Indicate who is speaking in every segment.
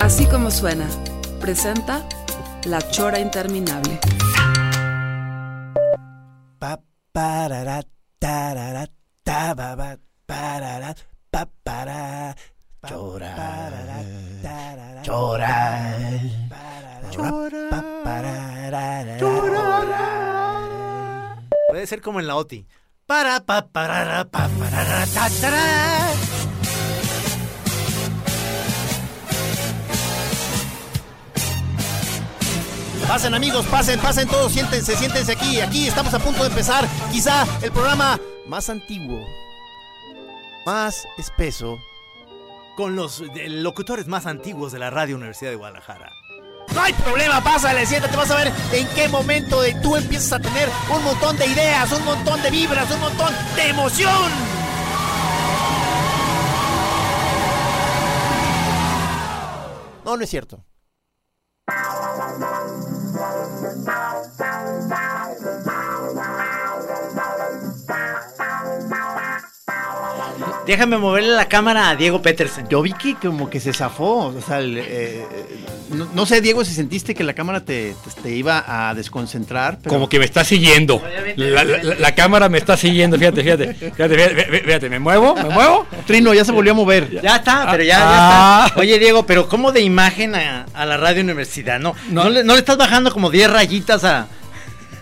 Speaker 1: Así como suena, presenta La Chora Interminable.
Speaker 2: Pa, parará, tarará, tababá, parará, pa, pará, parará, tarará, parará, pa, parará, llorar.
Speaker 3: Puede ser como en la OTI. Para, pa, parara, pa, parara, ta, tará. Pasen amigos, pasen, pasen todos, siéntense, siéntense aquí. Aquí estamos a punto de empezar quizá el programa más antiguo, más espeso, con los eh, locutores más antiguos de la Radio Universidad de Guadalajara. No hay problema, pásale, siéntate, vas a ver en qué momento de tú empiezas a tener un montón de ideas, un montón de vibras, un montón de emoción. No, no es cierto.
Speaker 4: Déjame moverle la cámara a Diego Peterson.
Speaker 5: Yo vi que como que se zafó, o sea, el, eh, no, no sé, Diego, si sentiste que la cámara te, te- te iba a desconcentrar. pero-
Speaker 6: Como que me está siguiendo. La, la- la- la cámara me está siguiendo. Fíjate, fíjate. Fíjate, fíjate, fíjate, fíjate, Me muevo, me muevo.
Speaker 5: Trino ya se volvió a mover.
Speaker 4: Ya está, pero ya, ya
Speaker 6: Ah.
Speaker 4: está. Oye, Diego, pero ¿cómo de imagen a, a la radio universidad? ¿No, no. le, no le estás bajando como 10 rayitas a...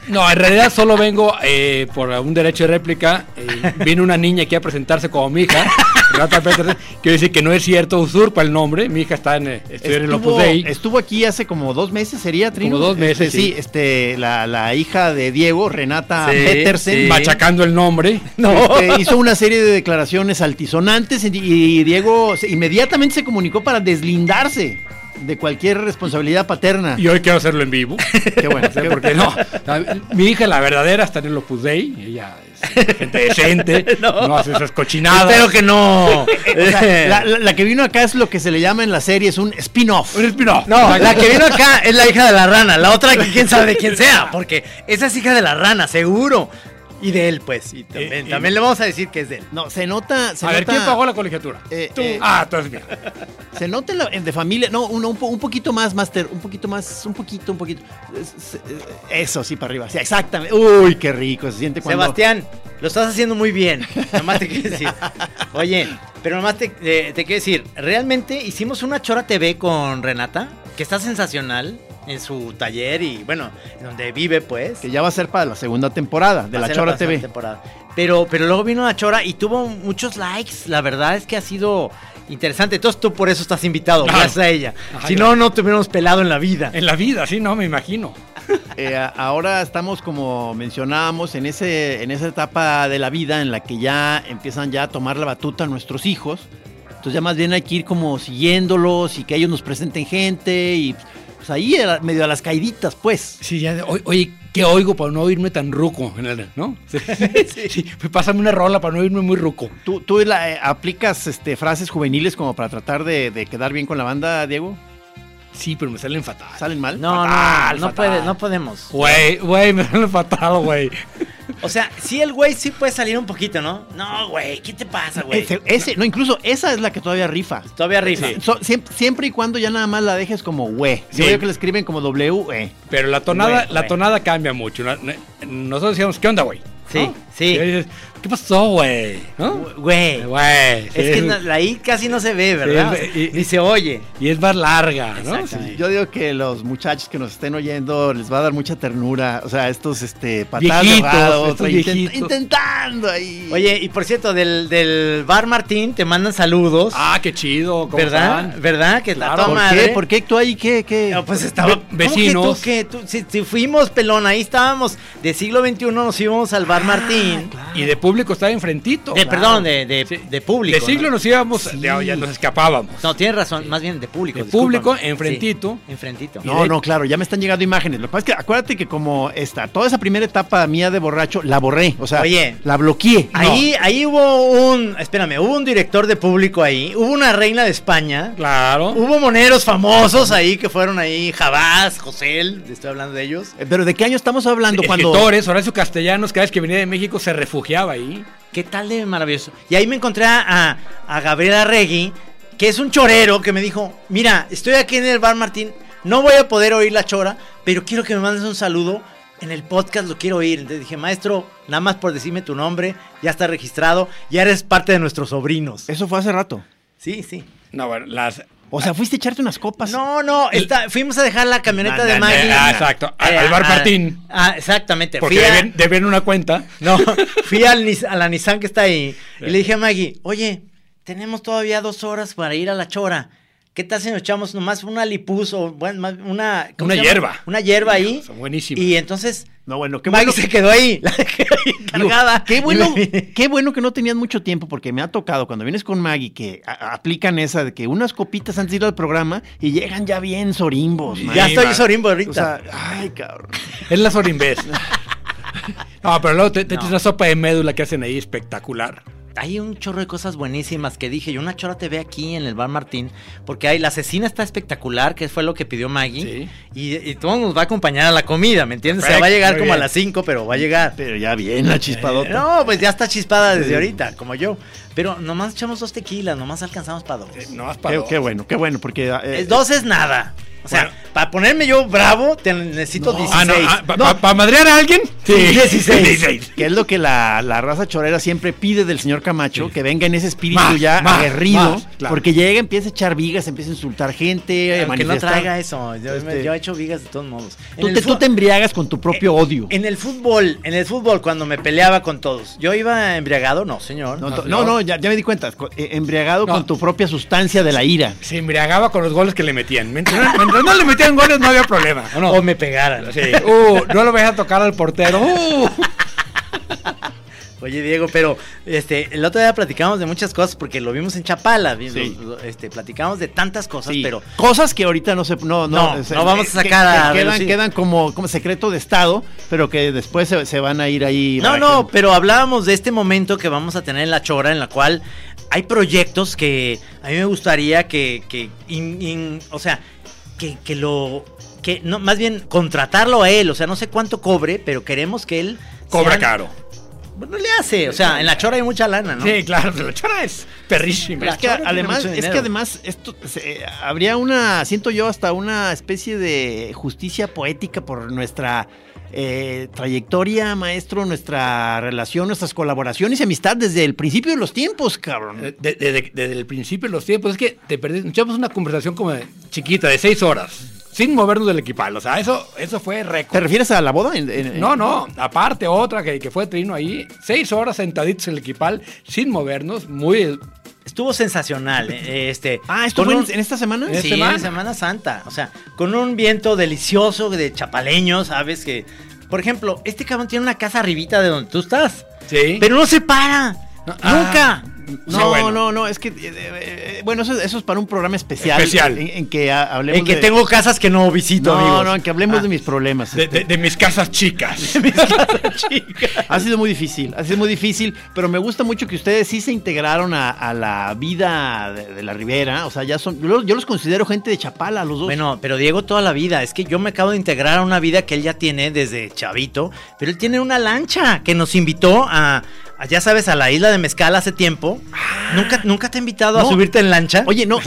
Speaker 6: No, en realidad solo vengo eh, por un derecho de réplica. Eh, viene una niña aquí a presentarse como mi hija. Renata Petersen. Quiero decir que no es cierto, usurpa el nombre. Mi hija está en, eh, estudió en el Opus
Speaker 5: Estuvo,
Speaker 6: Dei.
Speaker 5: estuvo aquí hace como dos meses, ¿sería, Trino?
Speaker 6: dos meses,
Speaker 5: Este, sí,
Speaker 6: sí.
Speaker 5: este, la, la hija de Diego, Renata
Speaker 6: Sí,
Speaker 5: Petersen.
Speaker 6: sí. Machacando el nombre.
Speaker 5: este, hizo una serie de declaraciones altisonantes y- y Diego se- inmediatamente se comunicó para deslindarse de cualquier responsabilidad paterna.
Speaker 6: Y hoy quiero hacerlo en vivo.
Speaker 5: Qué bueno,
Speaker 6: O sea, porque no. la- Mi hija, la verdadera, está en el Opus Dei. Ella es gente decente. No, hace esas cochinadas.
Speaker 4: Espero que no.
Speaker 5: O sea, la, la- la que vino acá es lo que se le llama en la serie, es un spin-off.
Speaker 6: Un spin-off.
Speaker 4: No, la que vino acá es la hija de la rana. La otra, que quién sabe quién sea. Porque esa es hija de la rana, seguro. Y de él, pues. Y también,
Speaker 6: Y- y-
Speaker 4: también le vamos a decir que es de él.
Speaker 5: Eh, No, se nota. Se
Speaker 6: A ver,
Speaker 5: nota-
Speaker 6: ¿quién pagó la colegiatura?
Speaker 5: Eh,
Speaker 6: Tú.
Speaker 5: eh.
Speaker 6: ah, entonces mira.
Speaker 5: Se nota en la- en de familia. No, uno, un, po- un poquito más, Master. Un poquito más, un poquito, un poquito. Es- es- eh, Eso, sí, para arriba. Sí, exactamente. Uy, qué rico. Se siente cuando.
Speaker 4: Sebastián, lo estás haciendo muy bien. Nomás te quiero decir. Oye, pero nomás te, eh, te quiero decir, realmente hicimos una Chora TV con Renata, que está sensacional en su taller y bueno, en donde vive pues.
Speaker 5: Que ya va a ser para la segunda temporada de
Speaker 4: Va a
Speaker 5: la
Speaker 4: ser
Speaker 5: Chora
Speaker 4: pasada
Speaker 5: TV.
Speaker 4: temporada. Pero, pero luego vino la Chora y tuvo muchos likes. La verdad es que ha sido interesante. Entonces tú por eso estás invitado,
Speaker 6: Claro.
Speaker 4: gracias a ella.
Speaker 6: Ajá,
Speaker 4: si
Speaker 6: claro.
Speaker 4: no, no te hubiéramos pelado en la vida.
Speaker 6: En la vida, sí, no, me imagino.
Speaker 5: Eh, a- ahora estamos, como mencionábamos, en, ese, en esa etapa de la vida en la que ya empiezan ya a tomar la batuta nuestros hijos. Entonces ya más bien hay que ir como siguiéndolos y que ellos nos presenten gente y pues ahí a la- medio a las caiditas, pues.
Speaker 6: Sí, ya, de- o- oye, ¿qué oigo para no oírme tan ruco? En el- ¿No? Sí, sí, pues pásame una rola para no oírme muy ruco.
Speaker 5: ¿Tú, tú la- eh, aplicas este, frases juveniles como para tratar de, de quedar bien con la banda, Diego?
Speaker 6: Sí, pero me salen fatal.
Speaker 5: ¿Salen mal? Ah,
Speaker 4: No,
Speaker 6: Fatal,
Speaker 4: no, no,
Speaker 6: fatal.
Speaker 4: puede, no podemos.
Speaker 6: Güey, güey, me salen fatal, güey.
Speaker 4: O sea, sí, el güey sí puede salir un poquito, ¿no? No, güey, ¿qué te pasa, güey?
Speaker 5: Ese, ese- no, incluso esa es la que todavía rifa.
Speaker 4: Todavía rifa.
Speaker 5: So- siem- siempre, y cuando ya nada más la dejes como we.
Speaker 6: Sí.
Speaker 5: Yo veo que le escriben como W.
Speaker 6: Pero la tonada,
Speaker 4: Güey,
Speaker 6: la
Speaker 4: güey.
Speaker 6: tonada cambia mucho. ¿no? Nosotros decíamos, ¿qué onda, güey?
Speaker 4: Sí,
Speaker 6: ¿No?
Speaker 4: sí.
Speaker 6: Y ahí dices, ¿Qué pasó, güey? ¿No?
Speaker 4: Güey.
Speaker 6: Güey. sí,
Speaker 4: Es que no- la I casi no se ve, ¿verdad?
Speaker 6: Sí, y-
Speaker 4: Dice, oye.
Speaker 6: Y es más larga, ¿no?
Speaker 4: Exactamente.
Speaker 5: Yo digo que los muchachos que nos estén oyendo les va a dar mucha ternura. O sea, estos este, patadas
Speaker 6: Viejitos,
Speaker 5: de ahogado,
Speaker 6: estos
Speaker 5: intent-
Speaker 6: viejitos.
Speaker 5: intentando ahí.
Speaker 4: Oye, y por cierto, del, del bar Martín te mandan saludos.
Speaker 6: Ah, qué chido. ¿cómo
Speaker 4: ¿Verdad?
Speaker 6: están?
Speaker 4: ¿Verdad? Que
Speaker 5: ¿por
Speaker 4: está toda
Speaker 5: qué?
Speaker 4: madre.
Speaker 5: ¿Por qué tú ahí qué? qué?
Speaker 4: No, pues estaba
Speaker 6: Ve- vecinos.
Speaker 4: ¿Cómo que
Speaker 6: Ah,
Speaker 4: tú, que tú? Si, si fuimos, pelón, ahí estábamos de siglo XXI, nos íbamos al bar Martín.
Speaker 6: Y de público estaba enfrentito.
Speaker 4: De, Perdón, de, de,
Speaker 6: Sí.
Speaker 4: de público.
Speaker 6: De siglo
Speaker 4: ¿no?
Speaker 6: nos íbamos, de- ya nos escapábamos.
Speaker 4: No, tienes razón, más bien de público.
Speaker 6: De
Speaker 4: discúlpame.
Speaker 6: público,
Speaker 4: Sí,
Speaker 6: enfrentito.
Speaker 4: enfrentito.
Speaker 5: No, no, claro, ya me están llegando imágenes. Lo que pasa es que acuérdate que como esta, toda esa primera etapa mía de borracho, la borré. O sea,
Speaker 4: Oye.
Speaker 5: la bloqueé.
Speaker 4: Ahí, ahí hubo un, espérame, hubo un director de público ahí, hubo una reina de España,
Speaker 6: Claro.
Speaker 4: hubo moneros famosos ahí que fueron ahí, Jabás, Josel, estoy hablando de ellos.
Speaker 5: Eh, Pero ¿de qué año estamos hablando? Cuando
Speaker 6: Escritores, Horacio Castellanos, cada vez que venía de México se refugiaba ahí.
Speaker 4: ¿Qué tal de maravilloso? Y ahí me encontré a, a Gabriela Regui, que es un chorero que me dijo, mira, estoy aquí en el bar Martín, no voy a poder oír la chora, pero quiero que me mandes un saludo. En el podcast lo quiero oír. Entonces dije, maestro, nada más por decirme tu nombre, ya está registrado, ya eres parte de nuestros sobrinos.
Speaker 5: Eso fue hace rato.
Speaker 4: Sí, sí.
Speaker 6: No, bueno, las.
Speaker 5: O sea, fuiste a echarte unas copas.
Speaker 4: No, no, está- fuimos a dejar la camioneta
Speaker 5: Na,
Speaker 4: de
Speaker 5: na,
Speaker 4: Maggie.
Speaker 6: na, ah, exacto, a-
Speaker 4: Eh,
Speaker 6: al bar
Speaker 4: a-
Speaker 6: Martín.
Speaker 4: Ah, exactamente.
Speaker 6: Porque
Speaker 4: fui a-
Speaker 6: deben, deben una cuenta.
Speaker 4: no, fui al Nis- a la Nissan que está ahí
Speaker 6: Eh.
Speaker 4: y le dije a Maggie, oye, tenemos todavía dos horas para ir a la chora. ¿Qué tal si nos echamos nomás una lipuz o bueno, más una... ¿cómo
Speaker 6: Una
Speaker 4: se llama?
Speaker 6: hierba.
Speaker 4: Una hierba ahí.
Speaker 6: Son buenísimas.
Speaker 4: Y entonces...
Speaker 5: No, bueno, qué
Speaker 4: Maggie
Speaker 5: bueno.
Speaker 4: se quedó ahí, la dejé ahí
Speaker 5: Digo,
Speaker 4: cargada.
Speaker 5: qué bueno,
Speaker 4: Y me-
Speaker 5: qué bueno que no tenías mucho tiempo, porque me ha tocado cuando vienes con Maggie que a- aplican esa de que unas copitas antes de ir al programa y llegan ya bien sorimbos. man.
Speaker 4: Ya
Speaker 6: Sí,
Speaker 4: estoy
Speaker 6: va.
Speaker 4: sorimbo ahorita.
Speaker 5: O sea, ay, cabrón.
Speaker 6: Es la Sorimbés. No, pero luego te, te echas una sopa de médula que hacen ahí espectacular.
Speaker 4: Hay un chorro de cosas buenísimas que dije. Yo una chora te ve aquí en el bar Martín. Porque hay la asesina está espectacular, que fue lo que pidió Maggie.
Speaker 6: Sí.
Speaker 4: Y, y todo nos va a acompañar a la comida, ¿me entiendes? o sea, va a
Speaker 6: Perfecto,
Speaker 4: llegar
Speaker 6: muy
Speaker 4: como a
Speaker 6: bien.
Speaker 4: las 5, pero va a llegar. Eh,
Speaker 5: Pero ya bien la chispadota.
Speaker 4: No, pues ya está chispada desde ahorita, como yo. Pero nomás echamos dos tequilas, nomás alcanzamos para dos.
Speaker 6: Eh, No, has
Speaker 5: qué,
Speaker 6: pagado.
Speaker 5: qué bueno, qué bueno, porque eh,
Speaker 4: Es- dos es nada. O sea,
Speaker 6: Bueno.
Speaker 4: para ponerme yo bravo, te necesito 16.
Speaker 6: Ah, no, ah, ¿pa-
Speaker 4: No,
Speaker 6: pa- ¿Para madrear a alguien? Sí,
Speaker 4: 16.
Speaker 5: que es lo que la, la raza chorera siempre pide del señor Camacho, que venga en ese espíritu
Speaker 6: Más,
Speaker 5: ya
Speaker 6: más,
Speaker 5: aguerrido,
Speaker 6: más, claro.
Speaker 5: porque llega, empieza a echar vigas, empieza a insultar gente, a
Speaker 4: aunque no
Speaker 5: manifestar.
Speaker 4: traiga eso. Yo,
Speaker 5: Este-
Speaker 4: yo he hecho vigas de todos modos. En
Speaker 5: tú,
Speaker 4: el
Speaker 5: te, tú
Speaker 4: fu-
Speaker 5: te embriagas con tu propio odio.
Speaker 4: En el fútbol, en el fútbol, cuando me peleaba con todos, ¿yo iba embriagado? No, señor.
Speaker 5: No,
Speaker 4: No,
Speaker 5: to-
Speaker 4: señor.
Speaker 5: no, no, ya, ya me di cuenta. co- eh, Embriagado
Speaker 6: No.
Speaker 5: con tu propia sustancia de la ira.
Speaker 6: Se embriagaba con los goles que le metían. Mientras, mientras no le metían goles no había problema. ¿o no?
Speaker 4: O me pegaran.
Speaker 6: Sí. Uh, no lo vayas a tocar al portero. Uh.
Speaker 4: Oye, Diego, pero este, el otro día platicamos de muchas cosas porque lo vimos en Chapala. vi-
Speaker 5: Sí.
Speaker 4: lo- lo- este, platicamos de tantas cosas,
Speaker 5: Sí.
Speaker 4: pero
Speaker 5: Cosas que ahorita no se. No, no,
Speaker 4: No,
Speaker 5: se- eh,
Speaker 4: no vamos a
Speaker 5: que-
Speaker 4: sacar a
Speaker 5: que quedan,
Speaker 4: relucir.
Speaker 5: quedan como, como secreto de Estado, pero que después se, se van a ir ahí.
Speaker 4: No,
Speaker 5: barajando.
Speaker 4: no, pero hablábamos de este momento que vamos a tener en la chora, en la cual hay proyectos que a mí me gustaría que, que in- in- o sea, que, que lo, que no, más bien contratarlo a él, o sea, no sé cuánto cobre, pero queremos que él
Speaker 6: Cobra
Speaker 4: sea-
Speaker 6: caro.
Speaker 4: Bueno, le hace, o sea, en la chora hay mucha lana, ¿no?
Speaker 6: Sí, claro, la chora es perrísima.
Speaker 4: La
Speaker 5: Es que
Speaker 4: chora tiene
Speaker 5: además,
Speaker 4: mucho
Speaker 5: es
Speaker 4: dinero.
Speaker 5: que además esto se- eh, habría una, siento yo, hasta una especie de justicia poética por nuestra eh, trayectoria, maestro, nuestra relación, nuestras colaboraciones y amistad desde el principio de los tiempos, cabrón.
Speaker 4: Eh,
Speaker 6: eh, De- de- de- desde el principio de los tiempos, es que te perdiste. Echamos una conversación como de- chiquita, de seis horas, sin movernos del equipal. O sea, eso, eso fue
Speaker 5: ¿Te
Speaker 6: récord.
Speaker 5: refieres a la boda? En- en-
Speaker 6: Eh, No, no, aparte otra que, que fue Trino ahí, seis horas sentaditos en el equipal, sin movernos, muy...
Speaker 4: Estuvo sensacional, eh, este.
Speaker 5: Ah, ¿esto
Speaker 4: con
Speaker 5: fue en-
Speaker 4: un-
Speaker 5: en esta semana?
Speaker 6: en
Speaker 4: sí,
Speaker 6: esta semana.
Speaker 4: en este Semana Santa. O sea, con un viento delicioso de chapaleños, ¿sabes? Que, por ejemplo, este cabrón tiene una casa arribita de donde tú estás.
Speaker 6: Sí.
Speaker 4: Pero no se para.
Speaker 6: No,
Speaker 4: Nunca.
Speaker 6: ah.
Speaker 5: No,
Speaker 6: Sí, bueno.
Speaker 5: no, no, es que, eh, eh, eh, bueno, eso, eso es para un programa especial.
Speaker 6: Especial.
Speaker 5: En, en que ha- hablemos
Speaker 4: En Eh, que
Speaker 5: de-
Speaker 4: tengo casas que no visito,
Speaker 5: No,
Speaker 4: amigos.
Speaker 5: no, en que hablemos
Speaker 4: Ah.
Speaker 5: de mis problemas.
Speaker 6: De,
Speaker 5: este.
Speaker 6: de- de mis casas chicas.
Speaker 5: Ha sido muy difícil, ha sido muy difícil, pero me gusta mucho que ustedes sí se integraron a, a la vida de, de la Ribera, o sea, ya son, yo los, yo los considero gente de Chapala, los dos.
Speaker 4: Bueno, pero Diego toda la vida, es que yo me acabo de integrar a una vida que él ya tiene desde chavito, pero él tiene una lancha que nos invitó a, a, ya sabes, a la isla de Mezcal hace tiempo. ¿Nunca, nunca te ha invitado
Speaker 5: Ah. No.
Speaker 4: a subirte en lancha?
Speaker 5: Oye, no,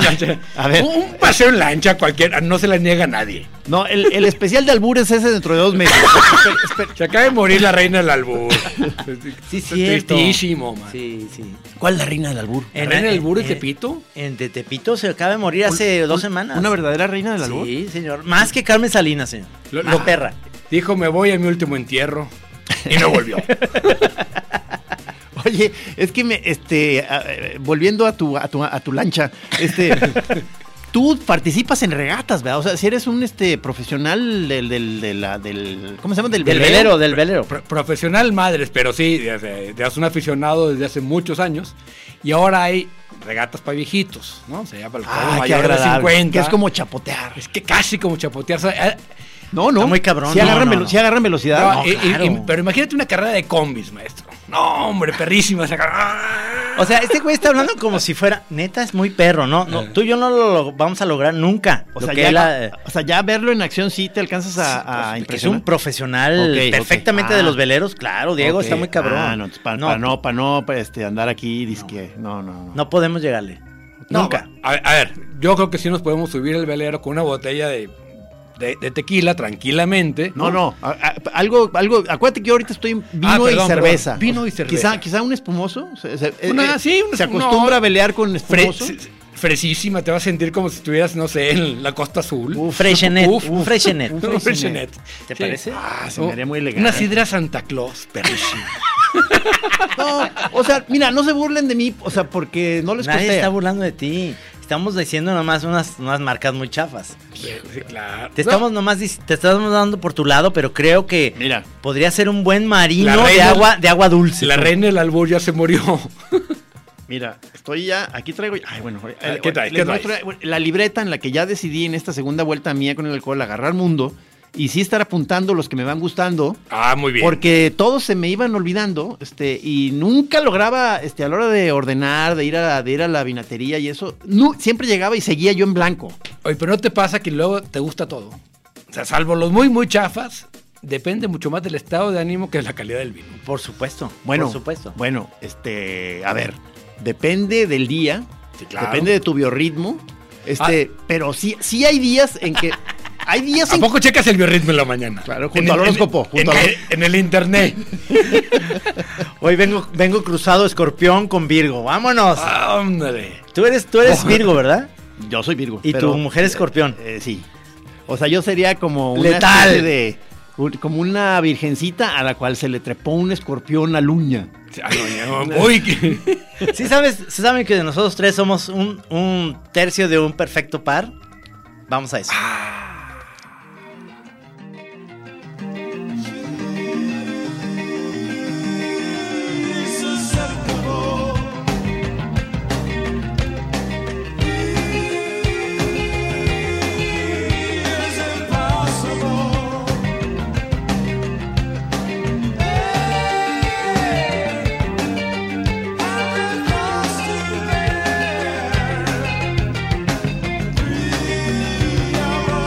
Speaker 5: a ver,
Speaker 6: Un, un paseo en lancha cualquiera, no se la niega a nadie.
Speaker 5: no, el, el especial de Albur es ese dentro de dos meses. Espera, espera.
Speaker 6: Se acaba de morir la reina del albur.
Speaker 4: sí,
Speaker 6: Está
Speaker 4: cierto.
Speaker 6: Tristísimo, man.
Speaker 4: Sí, sí. Eh,
Speaker 5: ¿Cuál es la reina del Albur?
Speaker 6: ¿La reina del albur de Tepito?
Speaker 4: En de Tepito se acaba de morir hace dos semanas.
Speaker 5: ¿Una verdadera reina del Albur?
Speaker 4: Sí, señor. Más que Carmen Salinas, señor.
Speaker 6: Lo-
Speaker 4: Más
Speaker 6: lo-
Speaker 4: eh, perra.
Speaker 6: Dijo, me voy a mi último entierro. Y no volvió.
Speaker 5: Oye, es que me, este, a- eh, volviendo a tu, a tu, a tu lancha, este, Tú participas en regatas, ¿verdad? O sea, si eres un este profesional del, del, de la- del- ¿cómo se llama? Del,
Speaker 4: Del velero, del velero.
Speaker 6: Pro- profesional madres, pero sí, desde, desde un aficionado desde hace muchos años. Y ahora hay regatas para viejitos, ¿no? Se llama el
Speaker 5: Ah,
Speaker 6: juego
Speaker 5: qué
Speaker 6: mayor de
Speaker 5: agradable.
Speaker 6: 50.
Speaker 5: Que es como chapotear.
Speaker 6: Es que casi como chapotear. o sea,
Speaker 5: No, no.
Speaker 4: Está muy cabrón.
Speaker 5: Si
Speaker 4: No,
Speaker 5: agarran,
Speaker 4: no,
Speaker 5: velo-
Speaker 4: no.
Speaker 5: sí agarran velocidad.
Speaker 6: no,
Speaker 5: No,
Speaker 6: y- y-
Speaker 5: claro.
Speaker 6: y- pero imagínate una carrera de combis, maestro. No, hombre, perrísima esa carrera.
Speaker 4: O sea, este güey está hablando como si fuera. Neta, es muy perro, ¿no?
Speaker 5: Eh.
Speaker 4: no tú y yo no lo, lo vamos a lograr nunca.
Speaker 5: o,
Speaker 4: Lo
Speaker 5: sea,
Speaker 4: que
Speaker 5: ya,
Speaker 4: él ha-
Speaker 5: o sea, ya verlo en acción sí te alcanzas a, a
Speaker 4: que es
Speaker 5: impresionar.
Speaker 4: un profesional
Speaker 5: Ok, ok.
Speaker 4: perfectamente de
Speaker 5: Ah.
Speaker 4: los veleros, claro, Diego,
Speaker 5: Ok.
Speaker 4: está muy cabrón.
Speaker 5: Ah, no, entonces, pa- pa- no, para no, pa- este, andar aquí, disque. No, no, no.
Speaker 4: No podemos llegarle.
Speaker 6: No,
Speaker 4: Nunca.
Speaker 6: A, a ver, yo creo que sí nos podemos subir el velero con una botella de, de- de tequila tranquilamente.
Speaker 5: No, no, a- a- algo, algo, acuérdate que yo ahorita estoy en vino
Speaker 6: Ah,
Speaker 5: y
Speaker 6: perdón,
Speaker 5: cerveza.
Speaker 6: perdón. Vino y
Speaker 5: Quizá,
Speaker 6: cerveza.
Speaker 5: quizá un espumoso. se- se-
Speaker 6: Una- sí, un
Speaker 5: se
Speaker 6: espumoso.
Speaker 5: acostumbra a pelear con
Speaker 6: Fre-
Speaker 5: espumoso.
Speaker 6: s- fresísima, te vas a sentir como si estuvieras, no sé, en la Costa Azul.
Speaker 4: Uf, Freshenet,
Speaker 6: Uf,
Speaker 4: un Freshenet.
Speaker 6: un
Speaker 5: Freshenet.
Speaker 6: Freshenet.
Speaker 4: ¿Te
Speaker 6: Sí.
Speaker 4: parece?
Speaker 5: Ah, se me haría muy elegante.
Speaker 6: Una sidra Santa Claus, perrísima.
Speaker 5: No, o sea, mira, no se burlen de mí, o sea, porque no les
Speaker 4: Nadie
Speaker 5: costea.
Speaker 4: está burlando de ti. Estamos diciendo nomás unas, unas marcas muy chafas.
Speaker 6: Sí, sí, claro.
Speaker 4: Te
Speaker 6: No,
Speaker 4: estamos nomás dic- te estamos dando por tu lado, pero creo que
Speaker 5: Mira.
Speaker 4: podría ser un buen marino
Speaker 6: La
Speaker 4: de
Speaker 6: reina-
Speaker 4: agua, de agua dulce.
Speaker 6: La reina del albur ya se murió.
Speaker 5: Mira, estoy ya, aquí traigo, ay, bueno, eh,
Speaker 6: Ah, ¿qué traes?
Speaker 5: les
Speaker 6: ¿Qué traes?
Speaker 5: muestro, eh, bueno, la libreta en la que ya decidí en esta segunda vuelta mía con el alcohol agarrar mundo y sí estar apuntando los que me van gustando.
Speaker 6: Ah, muy bien.
Speaker 5: Porque todos se me iban olvidando, este, y nunca lograba, este, a la hora de ordenar, de ir a, de ir a la vinatería y eso, no, siempre llegaba y seguía yo en blanco.
Speaker 6: Oye, pero no te pasa que luego te gusta todo. O sea, salvo los muy, muy chafas, depende mucho más del estado de ánimo que de la calidad del vino.
Speaker 4: Por supuesto.
Speaker 5: Bueno,
Speaker 4: Por supuesto.
Speaker 5: Bueno, este, a ver, depende del día, depende de tu biorritmo, este, pero sí, sí hay días en que, hay días
Speaker 6: Ah. ¿A
Speaker 5: en que
Speaker 6: poco checas el biorritmo en la mañana?
Speaker 5: Claro,
Speaker 6: En
Speaker 5: junto al
Speaker 6: el-
Speaker 5: horóscopo,
Speaker 6: en-
Speaker 5: junto
Speaker 6: en
Speaker 5: al-
Speaker 6: el- en el internet.
Speaker 4: Hoy vengo, vengo cruzado escorpión con Virgo. Vámonos.
Speaker 6: Ah, Hombre.
Speaker 4: Tú eres, tú eres Virgo, ¿verdad?
Speaker 5: Yo soy Virgo.
Speaker 4: Y tu mujer escorpión.
Speaker 5: Eh, sí. O sea, yo sería como una
Speaker 4: Letal.
Speaker 5: especie de un- como una virgencita a la cual se le trepó un escorpión a luña.
Speaker 6: Ah, no, no, Uy, que-
Speaker 4: Sí sabes, sí saben que de nosotros tres somos un, un tercio de un perfecto par. Vamos a eso.
Speaker 7: Thank you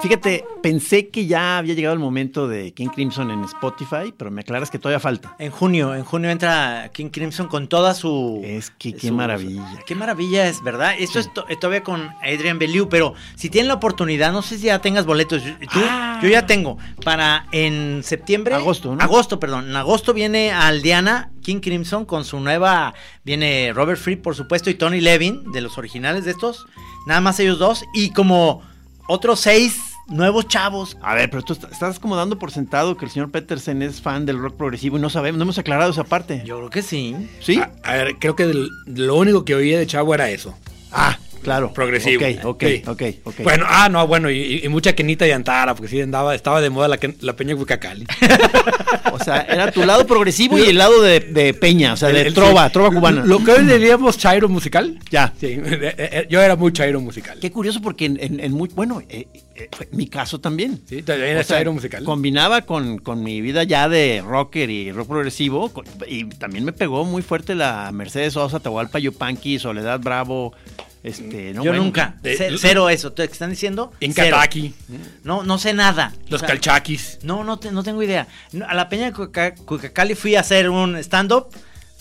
Speaker 5: Fíjate, pensé que ya había llegado el momento de King Crimson en Spotify, pero me aclaras que todavía falta.
Speaker 4: En junio, en junio entra King Crimson con toda su...
Speaker 5: Es que qué
Speaker 4: su-
Speaker 5: maravilla.
Speaker 4: Qué maravilla es, ¿verdad? Esto es, to- es todavía con Adrian Belew, pero si tienen la oportunidad, no sé si ya tengas boletos. Yo, tú- yo ya tengo. Para en septiembre...
Speaker 5: Ah. Agosto, ¿no?
Speaker 4: Agosto, perdón. En agosto viene al Diana King Crimson con su nueva... Viene Robert Fripp, por supuesto, y Tony Levin, de los originales de estos. Nada más ellos dos. Y como otros seis nuevos chavos.
Speaker 5: A ver, pero tú est- estás como dando por sentado que el señor Petersen es fan del rock progresivo y no sabemos, no hemos aclarado esa parte.
Speaker 4: Yo creo que sí.
Speaker 5: ¿Sí?
Speaker 6: A, a ver, creo que del- lo único que oía de Chavo era eso.
Speaker 5: Ah, claro.
Speaker 6: Progresivo.
Speaker 5: Ok, ok,
Speaker 6: Sí.
Speaker 5: ok, ok.
Speaker 6: Bueno, ah, no, bueno, y, y mucha quenita y antara, porque sí andaba, estaba de moda la, Ken- la Peña Huicacali.
Speaker 5: o sea, era tu lado progresivo y el lado de, de peña, o sea, de trova, trova cubana.
Speaker 6: Lo que hoy diríamos chairo musical.
Speaker 5: Ya.
Speaker 6: Sí, eh, eh, yo era muy chairo musical.
Speaker 5: Qué curioso porque en, en- en muy, bueno, eh, eh, fue mi caso también.
Speaker 6: Sí, también era
Speaker 5: O sea,
Speaker 6: chairo musical.
Speaker 5: Combinaba con, con mi vida ya de rocker y rock progresivo con- y también me pegó muy fuerte la Mercedes Sosa, Tahualpa Yupanqui, Soledad Bravo, este, no,
Speaker 4: yo
Speaker 5: bueno.
Speaker 4: nunca.
Speaker 6: De-
Speaker 4: Ce- cero eso. ¿Te están diciendo?
Speaker 6: En
Speaker 4: Cero.
Speaker 6: Kataki,
Speaker 5: Mm.
Speaker 4: No, no sé nada.
Speaker 6: los
Speaker 4: O sea,
Speaker 6: calchaquis.
Speaker 4: No, no, te- no tengo idea. No, A la Peña de Cuca- Cucacali fui a hacer un stand-up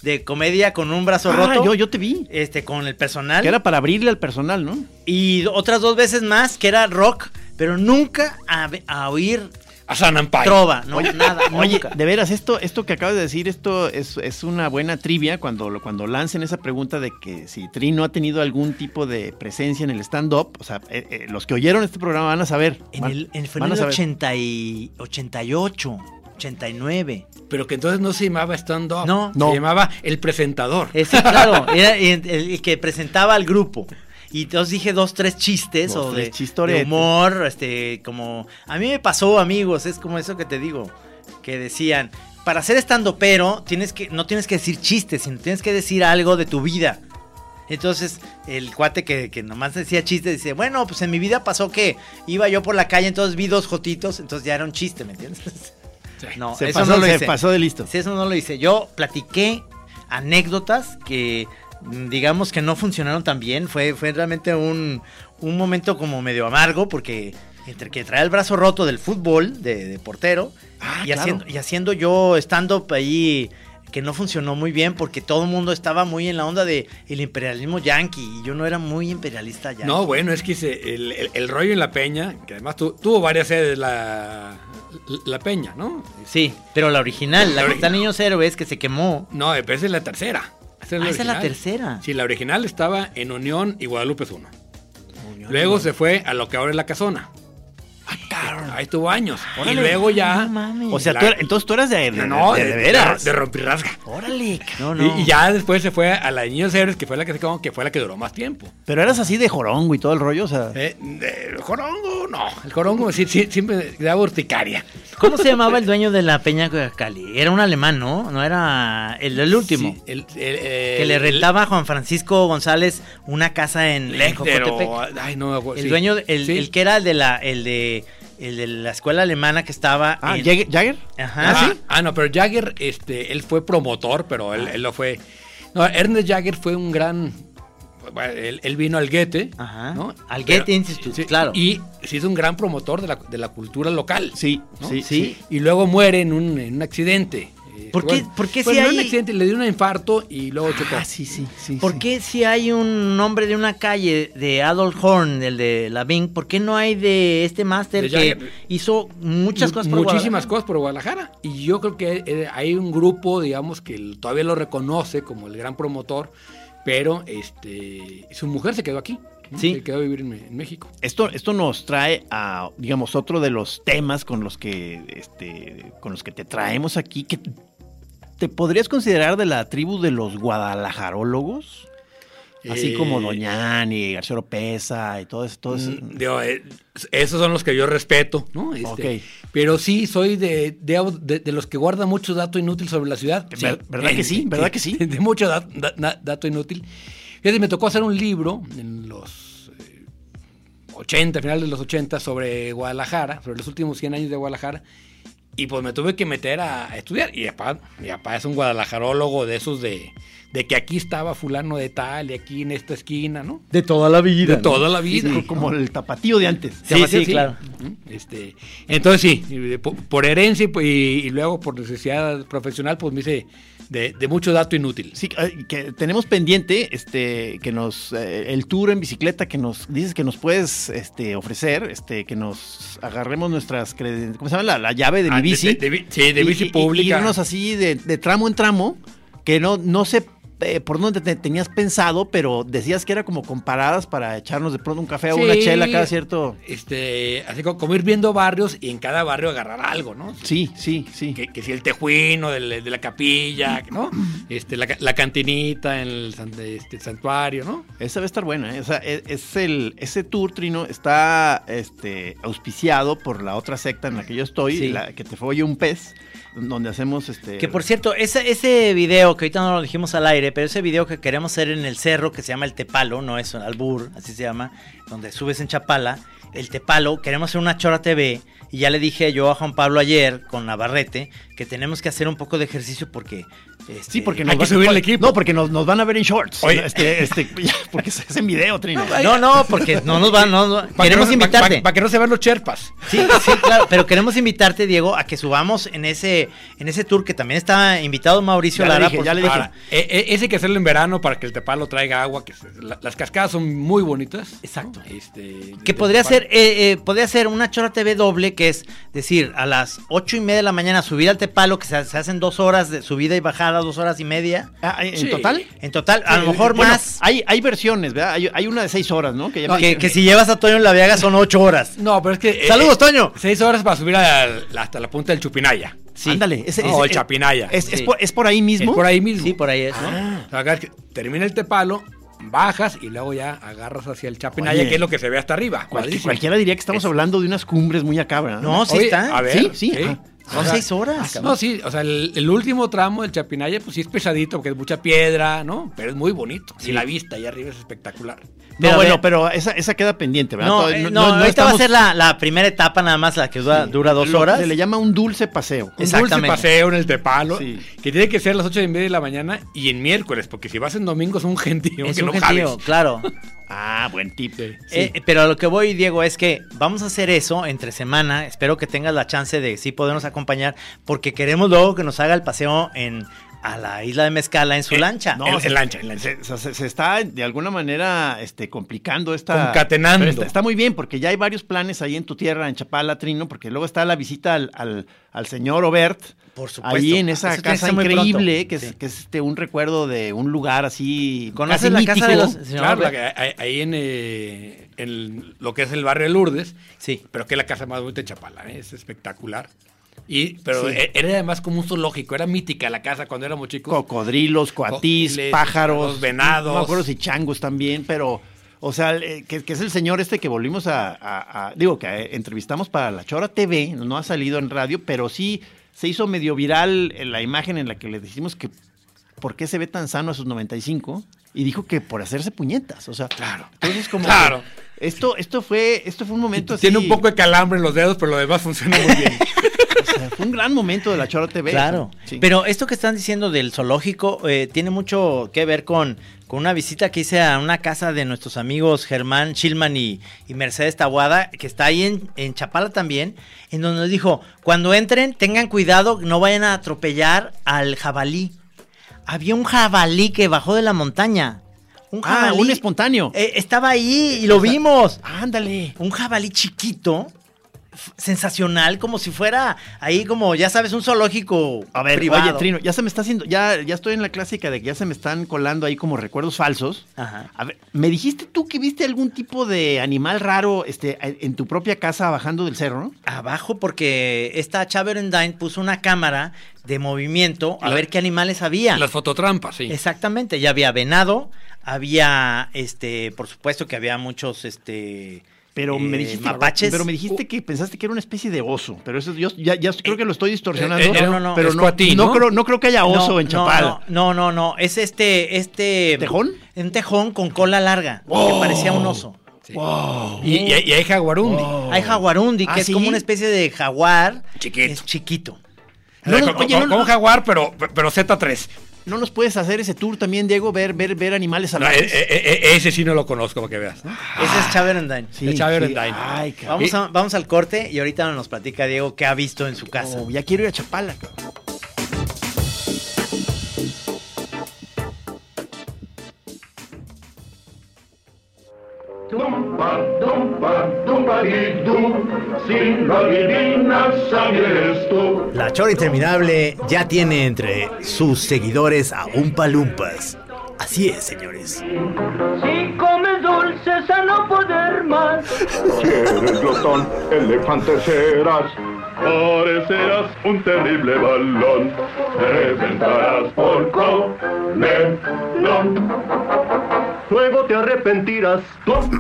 Speaker 4: de comedia con un brazo
Speaker 5: Ah,
Speaker 4: roto.
Speaker 5: yo, yo te vi.
Speaker 4: Este, con el personal.
Speaker 5: Que era para abrirle al personal, ¿no?
Speaker 4: Y otras dos veces más, que era rock, pero nunca a, ve- a oír
Speaker 6: A San Ampay.
Speaker 4: trova. No, nada,
Speaker 5: Oye,
Speaker 4: nunca.
Speaker 5: de veras, esto, esto que acabas de decir, esto es, es una buena trivia cuando, lo- cuando lancen esa pregunta de que si Trino ha tenido algún tipo de presencia en el stand-up. O sea, eh, eh, los que oyeron este programa van a saber.
Speaker 4: En
Speaker 5: van-
Speaker 4: el, en, fue en
Speaker 5: van a
Speaker 4: el
Speaker 5: saber.
Speaker 4: 80 y 88, 89.
Speaker 6: Pero que entonces no se llamaba stand-up.
Speaker 4: No.
Speaker 6: se
Speaker 5: No.
Speaker 6: llamaba el presentador.
Speaker 4: Eh, sí, claro, era el, el que presentaba al grupo. Y entonces dije dos, tres chistes
Speaker 5: Dos,
Speaker 4: o
Speaker 5: tres
Speaker 4: de,
Speaker 5: chistoretes.
Speaker 4: de humor, este, como... A mí me pasó, amigos, es como eso que te digo, que decían, para ser estando pero, tienes que, no tienes que decir chistes, sino tienes que decir algo de tu vida. Entonces, el cuate que, que nomás decía chistes, dice, bueno, pues en mi vida pasó que iba yo por la calle, entonces vi dos jotitos, entonces ya era un chiste, ¿me entiendes? No,
Speaker 5: se
Speaker 4: eso
Speaker 5: pasó,
Speaker 4: no lo
Speaker 5: se
Speaker 4: hice.
Speaker 5: pasó de listo.
Speaker 4: Si eso no lo hice. Yo platiqué anécdotas que mm, digamos que no funcionaron tan bien. Fue, fue realmente un, un momento como medio amargo porque entre que traía el brazo roto del fútbol, de, de portero,
Speaker 5: Ah,
Speaker 4: y,
Speaker 5: claro.
Speaker 4: haciendo, y haciendo yo stand-up ahí que no funcionó muy bien porque todo el mundo estaba muy en la onda de el imperialismo yanqui y yo no era muy imperialista ya.
Speaker 6: No, bueno, es que se- el, el- el rollo en La Peña, que además tu- tuvo varias sedes la, la Peña, ¿no?
Speaker 4: Sí, pero la original, la,
Speaker 6: La
Speaker 4: que está
Speaker 6: original.
Speaker 4: en Niños Héroes, que se quemó.
Speaker 6: No, pero esa es la tercera. Esa
Speaker 4: Ah, esa es la
Speaker 6: original.
Speaker 4: tercera.
Speaker 6: Sí, la original estaba en Unión y Guadalupe 1. Luego se fue a lo que ahora es la casona. Ahí estuvo años. Y
Speaker 4: Ah, Órale.
Speaker 6: luego ya.
Speaker 4: No mames.
Speaker 5: O sea,
Speaker 6: la-
Speaker 5: tú eras- entonces tú eras de, de,
Speaker 6: No, no,
Speaker 5: de-
Speaker 6: de,
Speaker 5: de veras.
Speaker 6: De, rompirrasca.
Speaker 4: Órale. No,
Speaker 6: Y-
Speaker 4: no.
Speaker 6: Y, ya después se fue a la de Niños Héroes, que fue la que se quedó, que fue la que duró más tiempo.
Speaker 5: Pero eras así de jorongo y todo el rollo, o sea.
Speaker 6: Eh, de- el jorongo, no. El jorongo sí, sí, siempre daba urticaria.
Speaker 4: ¿Cómo se llamaba el dueño de la Peña Cali? Era un alemán, ¿no? No era el del último.
Speaker 6: Sí, el, el- el-
Speaker 4: que le rentaba a Juan Francisco González una casa en, en
Speaker 6: Lechner
Speaker 4: Jocotepec.
Speaker 6: o- ay, no, me acuerdo,
Speaker 4: El
Speaker 6: sí.
Speaker 4: dueño, el,
Speaker 6: Sí.
Speaker 4: el que era el de la, el de, el de la escuela alemana que estaba.
Speaker 5: Ah,
Speaker 4: en-
Speaker 5: Jagger. Jagger.
Speaker 4: Ajá.
Speaker 6: Ah, ah, no, pero Jagger, este, él fue promotor, pero
Speaker 4: Ah.
Speaker 6: él, él lo fue. No, Ernest Jagger fue un gran. bueno, Él, él vino al Goethe.
Speaker 4: Ajá.
Speaker 6: ¿no?
Speaker 4: Al
Speaker 6: Pero-
Speaker 4: Goethe Institute,
Speaker 6: sí,
Speaker 4: claro.
Speaker 6: Y se hizo un gran promotor de la, de la cultura local.
Speaker 5: Sí,
Speaker 6: ¿no?
Speaker 5: sí,
Speaker 4: Sí.
Speaker 6: Y luego muere en un, en un accidente. Eh,
Speaker 4: ¿Por qué- por qué
Speaker 6: pues
Speaker 4: si
Speaker 6: no
Speaker 4: hay-
Speaker 6: un accidente, le dio un infarto y luego chocó.
Speaker 5: Ah, sí, sí, sí.
Speaker 4: ¿Por
Speaker 5: sí.
Speaker 4: qué si hay un nombre de una calle de Adolf Horn, el de la Bing, por qué no hay de este máster
Speaker 6: De
Speaker 4: que
Speaker 6: Jagger.
Speaker 4: hizo muchas
Speaker 6: Mu-
Speaker 4: cosas por
Speaker 6: Muchísimas
Speaker 4: Guadalajara?
Speaker 6: cosas por Guadalajara. Y yo creo que eh, hay un grupo, digamos, que l- todavía lo reconoce como el gran promotor, pero este su mujer se quedó aquí. ¿no?
Speaker 4: Sí.
Speaker 6: Se quedó a vivir en, en México.
Speaker 5: Esto, esto nos trae a, digamos, otro de los temas con los que, este, con los que te traemos aquí, que te podrías considerar de la tribu de los guadalajarólogos, así
Speaker 6: Eh,
Speaker 5: como Doñani, García Oropesa y todo eso. Todo eso.
Speaker 6: Mm, digo, eh, esos son los que yo respeto, ¿no? Este,
Speaker 5: Ok.
Speaker 6: Pero sí, soy de, de- de- de los que guarda mucho dato inútil sobre la ciudad.
Speaker 5: Ver- ¿verdad que sí? ¿Verdad que sí?
Speaker 6: De mucho da- da- da- dato inútil. Fíjate, me tocó hacer un libro en los eh, 80, final de los 80, sobre Guadalajara, sobre los últimos 100 años de Guadalajara. Y pues me tuve que meter a estudiar. Y papá, mi papá es un guadalajarólogo de esos de, de que aquí estaba fulano de tal y aquí en esta esquina, ¿no?
Speaker 4: De toda la vida.
Speaker 6: De toda la vida.
Speaker 5: Sí, como el tapatío de antes.
Speaker 4: Sí, sí, claro.
Speaker 6: Ujú. Este, entonces sí, y po- por, herencia y, po- y- y luego por necesidad profesional, pues me hice de, de mucho dato inútil.
Speaker 5: Sí, eh, que tenemos pendiente este que nos eh, el tour en bicicleta que nos dices que nos puedes este ofrecer, este que nos agarremos nuestras creden- ¿cómo se llama? La, la llave de
Speaker 6: Ah,
Speaker 5: mi bici.
Speaker 6: de- de bi- sí, de
Speaker 5: Y-
Speaker 6: bici
Speaker 5: y- y
Speaker 6: pública.
Speaker 5: irnos así de, de tramo en tramo, que no no sé eh, por dónde te tenías pensado, pero decías que era como comparadas para echarnos de pronto un café o una
Speaker 6: Sí.
Speaker 5: chela cada cierto.
Speaker 6: este, así co- como, ir viendo barrios y en cada barrio agarrar algo, ¿no?
Speaker 5: Sí, sí, sí.
Speaker 6: Que, que si el tejuino del- de la capilla, ¿no? Este, la, ca- la cantinita en el san- este, santuario, ¿no?
Speaker 5: Esa va a estar buena, ¿eh? O sea, e- es el, ese tour, Trino, está este, auspiciado por la otra secta en la que yo estoy,
Speaker 4: Sí.
Speaker 5: la que te folle un pez, donde hacemos este...
Speaker 4: Que por cierto, ese, ese video que ahorita no lo dijimos al aire, pero ese video que queremos hacer en el cerro que se llama El Tepalo, no es un albur, así se llama, donde subes en Chapala, El Tepalo, queremos hacer una Chora TV. Y ya le dije yo a Juan Pablo ayer con Navarrete que tenemos que hacer un poco de ejercicio porque.
Speaker 5: Sí,
Speaker 4: este,
Speaker 5: porque
Speaker 6: hay que
Speaker 5: va-
Speaker 6: subir el
Speaker 5: por-
Speaker 6: equipo.
Speaker 5: No, porque nos, nos van a ver en shorts.
Speaker 6: Oye.
Speaker 5: Este, este, ya, porque se hace en video, Trino.
Speaker 4: No, no, porque no nos van. No, no-
Speaker 6: Pa' que
Speaker 4: Queremos
Speaker 6: no-
Speaker 4: invitarte.
Speaker 6: pa- pa- Para que no se vean los cherpas.
Speaker 4: Sí, sí, claro, pero queremos invitarte, Diego, a que subamos en ese, en ese tour que también está invitado Mauricio
Speaker 5: Ya le
Speaker 4: Lara.
Speaker 5: dije, ya le dije.
Speaker 4: supuesto.
Speaker 6: E- e- ese hay que hacerlo en verano para que el tepalo traiga agua. Que se- la- las cascadas son muy bonitas.
Speaker 4: Exacto.
Speaker 6: ¿no? Este,
Speaker 4: Que
Speaker 6: de-
Speaker 4: podría
Speaker 6: de-
Speaker 4: ser, eh, eh, podría ser una chora TV doble, que es decir, a las ocho y media de la mañana subir al Tepalo, que se, se hacen dos horas de subida y bajada, dos horas y media.
Speaker 5: Ah, ¿En
Speaker 6: Sí.
Speaker 5: total?
Speaker 4: En total, a lo mejor
Speaker 5: Bueno, ah,
Speaker 4: más
Speaker 5: Hay, hay versiones, ¿verdad? Hay, hay una de seis horas, ¿no? Que ya me-
Speaker 4: que, que si llevas a Toño en la Viaga son ocho horas.
Speaker 6: No, pero es que. eh,
Speaker 4: ¡Saludos,
Speaker 6: eh,
Speaker 4: Toño!
Speaker 6: Seis horas para subir al- hasta la punta del Chupinaya.
Speaker 4: Sí.
Speaker 5: Ándale. ese-
Speaker 6: No,
Speaker 5: ese- eh,
Speaker 6: el Chapinaya.
Speaker 5: Es, es
Speaker 4: Sí.
Speaker 5: por, es por ahí mismo.
Speaker 6: Es por ahí mismo.
Speaker 4: Sí, por ahí es, ¿no?
Speaker 5: Ah,
Speaker 6: O sea, acá es que termina el tepalo, bajas y luego ya agarras hacia el Chapinaya,
Speaker 5: Oye.
Speaker 6: que es lo que se ve hasta arriba.
Speaker 5: Cualqui-
Speaker 6: cuadrísimo.
Speaker 5: cualquiera diría que estamos
Speaker 6: Es-
Speaker 5: hablando de unas cumbres muy acá, ¿verdad?
Speaker 4: No, sí
Speaker 6: Oye,
Speaker 4: está.
Speaker 6: A ver,
Speaker 5: Sí, sí, ajá.
Speaker 4: Son seis horas, cabrón.
Speaker 6: ah, No, sí, o sea, el, el último tramo del Chapinaya, pues sí es pesadito porque es mucha piedra, ¿no? Pero es muy bonito. Y la vista allá arriba es espectacular.
Speaker 5: No,
Speaker 4: Pero a
Speaker 5: bueno,
Speaker 4: ver.
Speaker 5: pero esa, esa queda pendiente, ¿verdad?
Speaker 4: No,
Speaker 5: Todavía
Speaker 4: eh, no, ahorita va a
Speaker 5: estamos-
Speaker 4: ser la, la primera etapa nada más, la que dura, dura dos
Speaker 5: Lo que
Speaker 4: horas.
Speaker 5: Se le llama un dulce paseo.
Speaker 6: Un dulce
Speaker 4: Exactamente.
Speaker 6: paseo en el Tepalo,
Speaker 5: Sí.
Speaker 6: que tiene que ser a las ocho y media de la mañana y en miércoles, porque si vas en domingo es un gentío
Speaker 4: Es
Speaker 6: que no
Speaker 4: un gentío,
Speaker 6: cabes.
Speaker 4: claro.
Speaker 5: Ah, buen tip.
Speaker 4: Eh, eh, pero a lo que voy, Diego, es que vamos a hacer eso entre semana. Espero que tengas la chance de sí podernos acompañar, porque queremos luego que nos haga el paseo en a la isla de Mezcala en su
Speaker 6: Eh,
Speaker 4: lancha.
Speaker 6: no, en- en lancha, en lancha.
Speaker 5: Se, o sea, se- se está de alguna manera este, complicando esta.
Speaker 6: Concatenando.
Speaker 5: Pero Está, está muy bien, porque ya hay varios planes ahí en tu tierra, en Chapala, Trino, porque luego está la visita al, al- al señor Obert.
Speaker 4: Por supuesto. Ah,
Speaker 5: Ahí en esa
Speaker 4: Eso tiene que
Speaker 5: casa
Speaker 4: ser muy
Speaker 5: increíble,
Speaker 4: pronto.
Speaker 5: que es,
Speaker 4: Sí.
Speaker 5: que es, este, un recuerdo de un lugar así.
Speaker 4: ¿Conoces
Speaker 5: casi
Speaker 4: la casa de
Speaker 5: mítico.
Speaker 4: los-
Speaker 6: Claro,
Speaker 4: Señor,
Speaker 6: la que hay- ahí en, eh, en lo que es el barrio de Lourdes,
Speaker 4: Sí.
Speaker 6: pero que es la casa más bonita de Chapala, ¿eh? es espectacular. Y, pero e- era además como un zoológico, era mítica la casa cuando éramos chicos.
Speaker 5: Cocodrilos, coatís,
Speaker 6: Cocodrilos,
Speaker 5: pájaros,
Speaker 6: los venados.
Speaker 5: No me acuerdo si changos también, pero. O sea, eh, que, que es el señor este que volvimos a. a- a- digo, que eh, entrevistamos para La Chora TV, no ha salido en radio, pero sí se hizo medio viral en la imagen en la que le decimos que. ¿Por qué se ve tan sano a sus 95? Y dijo que por hacerse puñetas. O sea, claro. Entonces, como.
Speaker 6: Claro.
Speaker 5: Esto, esto fue, esto fue un momento así.
Speaker 6: Tiene un poco de calambre en los dedos, pero lo demás funciona muy bien.
Speaker 5: o sea, fue un gran momento de la Chora TV.
Speaker 4: Claro.
Speaker 5: o sea, sí.
Speaker 4: Pero esto que están diciendo del zoológico eh, tiene mucho que ver con, con una visita que hice a una casa de nuestros amigos Germán Chilman y, y Mercedes Tabuada, que está ahí en, en Chapala también, en donde nos dijo, cuando entren, tengan cuidado, no vayan a atropellar al jabalí. Había un jabalí que bajó de la montaña. Un
Speaker 5: Ah,
Speaker 4: jabalí.
Speaker 5: un espontáneo.
Speaker 4: Eh, estaba ahí y lo vimos
Speaker 5: Ándale.
Speaker 4: un jabalí chiquito, f- sensacional, como si fuera ahí como, ya sabes, un zoológico
Speaker 5: A ver,
Speaker 4: privado.
Speaker 5: oye, Trino, ya se me está haciendo, ya, ya estoy en la clásica de que ya se me están colando ahí como recuerdos falsos.
Speaker 4: Ajá.
Speaker 5: A ver, ¿me dijiste tú que viste algún tipo de animal raro este, en en tu propia casa bajando del cerro?
Speaker 4: Abajo porque esta Chaveren puso una cámara de movimiento a
Speaker 6: La-
Speaker 4: ver qué animales había.
Speaker 6: Las fototrampas, sí.
Speaker 4: Exactamente, ya había venado, había, este, por supuesto que había muchos, este...
Speaker 5: Pero me
Speaker 4: eh,
Speaker 5: dijiste,
Speaker 4: mapaches. Uh.
Speaker 5: pero me dijiste que pensaste que era una especie de oso, pero eso yo ya, ya creo que lo estoy distorsionando.
Speaker 6: eh, eh,
Speaker 4: no, no,
Speaker 5: pero
Speaker 6: es
Speaker 5: no,
Speaker 6: cuatí,
Speaker 5: no
Speaker 6: ¿no?
Speaker 5: creo, no creo que haya oso en Chapala.
Speaker 4: No, no, no, no, es este, este...
Speaker 5: ¿Tejón? Oh.
Speaker 4: Un tejón con cola larga, que parecía un oso.
Speaker 6: Wow. Y, y- y hay jaguarundi.
Speaker 4: Hay jaguarundi, que
Speaker 5: ¿Ah,
Speaker 4: es
Speaker 5: sí?
Speaker 4: como una especie de jaguar.
Speaker 6: Chiquito.
Speaker 4: Es chiquito.
Speaker 6: O sea,
Speaker 5: No, no,
Speaker 6: co-
Speaker 5: oye,
Speaker 6: co-
Speaker 5: no, no.
Speaker 6: como jaguar, pero, pero Z3.
Speaker 5: ¿No nos puedes hacer ese tour también, Diego? Ver, ver, ver animales
Speaker 6: No,
Speaker 5: salvajes.
Speaker 6: e- e- e- ese sí no lo conozco, para que veas.
Speaker 3: Ah.
Speaker 4: Ese es Chaverendine.
Speaker 5: Sí,
Speaker 6: el Chávez
Speaker 5: sí.
Speaker 6: Rendine.
Speaker 5: Ay, cabrón.
Speaker 4: Vamos, a- vamos al corte y ahorita nos platica Diego qué ha visto en su casa.
Speaker 5: Oh, ya quiero ir a Chapala, cabrón.
Speaker 7: Dumpa, dumpa, dumpa y dum, si lo adivinas, sabes tú.
Speaker 3: La Chora Interminable ya tiene entre sus seguidores a un palumpas. Así es, señores.
Speaker 8: Si comes dulces a no poder más.
Speaker 7: Si eres glotón, elefante serás. Parecerás un terrible balón. Reventarás por colelón. Luego te arrepentirás.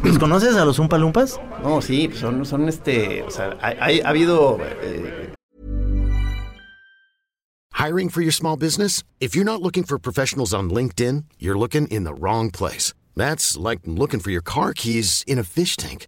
Speaker 3: ¿Los conoces a los Umpalumpas?
Speaker 5: No, sí, pues son, son este. O sea, hay- hay- ha habido. eh,
Speaker 9: Hiring for your small business? If you're not looking for professionals on LinkedIn, you're looking in the wrong place. That's like looking for your car keys in a fish tank.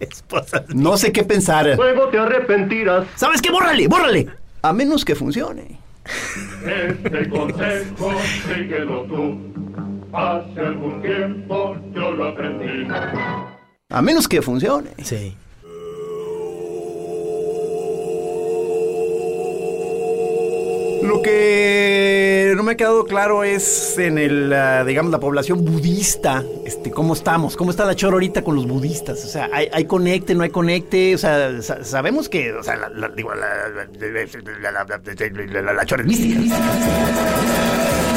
Speaker 3: Esposas.
Speaker 5: No sé qué pensar.
Speaker 7: Luego te arrepentirás.
Speaker 5: ¿Sabes qué? ¡Bórrale! ¡Bórrale! A menos que funcione.
Speaker 7: Este consejo síguelo tú. Hace algún tiempo yo lo aprendí.
Speaker 5: A menos que funcione.
Speaker 3: Sí.
Speaker 5: Lo que no me ha quedado claro es en el, ah, digamos, la población budista, este, cómo estamos, cómo está la chora ahorita con los budistas. O sea, hay, hay conecte, no hay conecte. O sea, sa- sabemos que, o sea, la, la- digo, la, la- la- la- la- la chora es mística. mística, mística.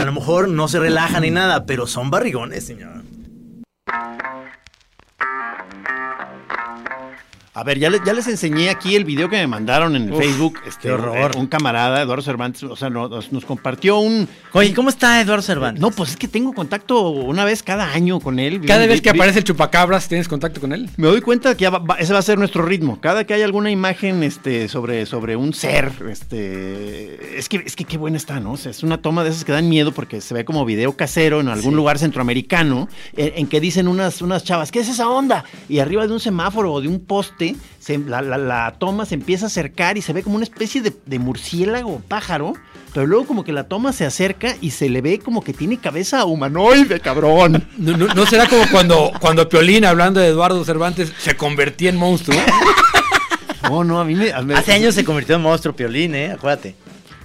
Speaker 4: A lo mejor no se relajan ni nada, pero son barrigones, señor.
Speaker 5: A ver, ya, le- ya les enseñé aquí el video que me mandaron en Facebook. Este,
Speaker 4: qué horror.
Speaker 5: Un camarada, Eduardo Cervantes, o sea, nos, nos compartió un...
Speaker 4: Oye, ¿cómo está Eduardo Cervantes?
Speaker 5: No, pues es que tengo contacto una vez cada año con él.
Speaker 6: Cada
Speaker 5: Vi-
Speaker 6: vez que
Speaker 5: vi-
Speaker 6: aparece el chupacabras, ¿tienes contacto con él?
Speaker 5: Me doy cuenta que ya va- va- ese va a ser nuestro ritmo. Cada que hay alguna imagen este, sobre, sobre un ser, este, es, que, es que qué buena está, ¿no? O sea, es una toma de esas que dan miedo porque se ve como video casero en algún lugar centroamericano, en, en que dicen unas, unas chavas, ¿qué es esa onda? Y arriba de un semáforo o de un poste, se- la, la- la toma se empieza a acercar y se ve como una especie de, de murciélago o pájaro. Pero luego como que la toma se acerca y se le ve como que tiene cabeza humanoide, cabrón.
Speaker 6: ¿No, no- no será como cuando, cuando Piolín, hablando de Eduardo Cervantes, se convertía en monstruo?
Speaker 5: No, no, a mí me... a mí-
Speaker 4: Hace años se convirtió en monstruo Piolín, ¿eh? Acuérdate.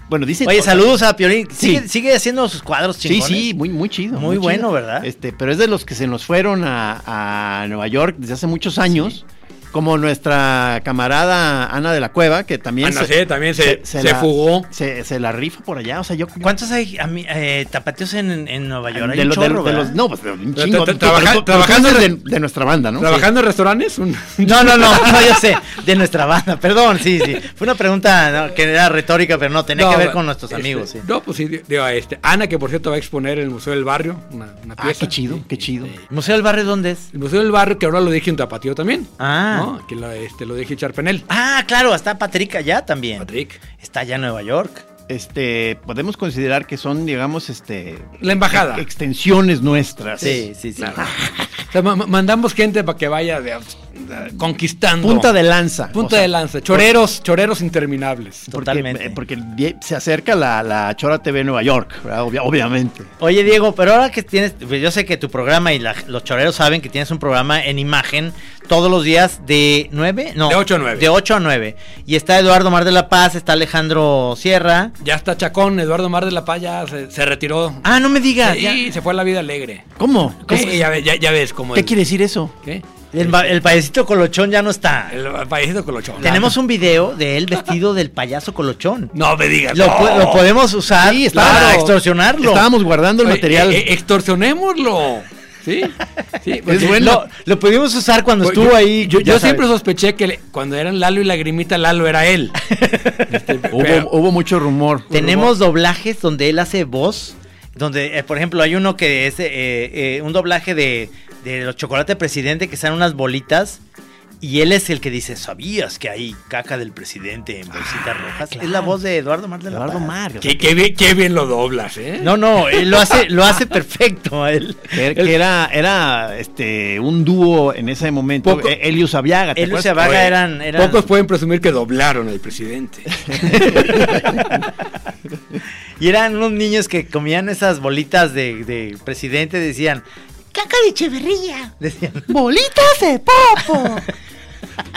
Speaker 5: Bueno, dicen...
Speaker 4: Oye,
Speaker 5: o sea,
Speaker 4: saludos a Piolín.
Speaker 5: Sí.
Speaker 4: Sigue, sigue haciendo sus cuadros
Speaker 5: Sí,
Speaker 4: chingones.
Speaker 5: sí, muy, muy chido.
Speaker 4: Muy bueno, ¿verdad?
Speaker 5: Este, pero es de los que se nos fueron a, a Nueva York desde hace muchos años. Como nuestra camarada Ana de la Cueva, que también
Speaker 6: Ana C. Ah, también se, se
Speaker 5: la-
Speaker 6: fugó.
Speaker 5: Se, se la rifa por allá. O sea, yo.
Speaker 4: ¿Cuántos hay ami- eh, tapateos en, en Nueva York? Hay
Speaker 5: de
Speaker 4: un
Speaker 5: los, de
Speaker 4: chorro,
Speaker 5: los- de
Speaker 4: ¿verdad?
Speaker 5: los- no, pues de un chingo. Pero
Speaker 6: Tra- tra- trabaja-
Speaker 5: tú- tú
Speaker 6: trabajando
Speaker 5: eres
Speaker 6: en-
Speaker 5: de, de nuestra banda, ¿no?
Speaker 6: ¿Trabajando
Speaker 4: pues.
Speaker 6: en restaurantes? Un-
Speaker 4: No, no, no, no, yo sé, de nuestra banda, perdón, sí, sí. Fue una pregunta ¿no? que era retórica, pero no, tenía
Speaker 6: No,
Speaker 4: que ver
Speaker 6: bueno,
Speaker 4: con nuestros
Speaker 6: este,
Speaker 4: amigos, sí.
Speaker 6: No, pues sí, digo, este, Ana, que por cierto va a exponer en el Museo del Barrio, una, una
Speaker 5: Ah,
Speaker 6: pieza.
Speaker 5: qué chido, qué chido.
Speaker 4: ¿Museo del Barrio dónde es?
Speaker 6: El Museo del Barrio, que ahora lo dije en Tapatío también.
Speaker 4: Ah.
Speaker 6: ¿no? Que lo, este, lo dije Charpenel.
Speaker 4: Ah, claro, está Patrick allá también.
Speaker 6: Patrick.
Speaker 4: Está allá en Nueva York.
Speaker 5: Este, podemos considerar que son, digamos, este.
Speaker 6: La embajada.
Speaker 5: Extensiones nuestras.
Speaker 4: sí, sí.
Speaker 6: O sea, ma- ma- mandamos gente para que vaya de- de- conquistando.
Speaker 5: Punta de lanza.
Speaker 6: Punta
Speaker 5: o sea,
Speaker 6: de lanza. Choreros, choreros interminables.
Speaker 5: Porque,
Speaker 4: Totalmente.
Speaker 5: eh, Porque, el die- se acerca la, la Chora TV Nueva York, ¿verdad? Obvia- obviamente.
Speaker 4: Oye, Diego, pero ahora que tienes, pues yo sé que tu programa y la- los choreros saben que tienes un programa en imagen todos los días de 9, no.
Speaker 6: De ocho a nueve.
Speaker 4: De 8 a 9. Y está Eduardo Mar de la Paz, está Alejandro Sierra.
Speaker 6: Ya está Chacón, Eduardo Mar de la Paya se, se retiró.
Speaker 4: Ah, no me digas. ya.
Speaker 6: y se fue a la vida alegre.
Speaker 5: ¿Cómo?
Speaker 6: Eh, Sí, ya, ve- ya- ya ves cómo
Speaker 5: ¿Qué
Speaker 6: es.
Speaker 5: quiere decir eso?
Speaker 6: ¿Qué?
Speaker 4: El, ba- el payasito colochón ya no está.
Speaker 6: El payasito colochón.
Speaker 4: Tenemos un video de él vestido del payaso colochón.
Speaker 6: No me digas.
Speaker 4: Lo,
Speaker 6: no.
Speaker 4: po- lo podemos usar
Speaker 5: Sí, está-
Speaker 4: para
Speaker 6: claro.
Speaker 4: extorsionarlo.
Speaker 5: Estábamos guardando el
Speaker 6: Oye,
Speaker 5: material.
Speaker 6: eh, eh, extorsionémoslo. ¿Sí? Sí,
Speaker 5: Es
Speaker 6: porque-
Speaker 5: bueno.
Speaker 4: Lo, lo pudimos usar cuando
Speaker 6: Pues
Speaker 4: estuvo
Speaker 6: yo-
Speaker 4: ahí.
Speaker 6: Yo,
Speaker 4: ya
Speaker 6: yo siempre
Speaker 4: sabes.
Speaker 6: sospeché que le- cuando eran Lalo y Lagrimita, Lalo era él. Este, pero-
Speaker 5: hubo, hubo mucho rumor.
Speaker 4: Tenemos doblajes donde él hace voz. Donde, eh, por ejemplo, hay uno que es eh, eh, un doblaje de, de los chocolates presidente que salen unas bolitas. Y él es el que dice: ¿Sabías que hay caca del presidente en bolsitas rojas? Es la voz de Eduardo Mar de la
Speaker 5: Ah, Eduardo
Speaker 4: Paz.
Speaker 5: Mar. o sea,
Speaker 6: qué, qué bien, qué bien lo doblas, ¿eh?
Speaker 4: No, no, él lo hace, lo hace perfecto. Él,
Speaker 5: Que, que era, era este, un dúo en ese momento.
Speaker 6: Poco-
Speaker 5: Eh, Elius Aviaga. ¿te
Speaker 4: él y
Speaker 5: acuerdas?
Speaker 4: Seabaga
Speaker 6: Oye,
Speaker 4: eran, eran-
Speaker 6: Pocos pueden presumir que doblaron al presidente.
Speaker 4: Y eran unos niños que comían esas bolitas de, de presidente y decían, caca de Echeverría. Decían,
Speaker 5: ¡Bolitas de popo!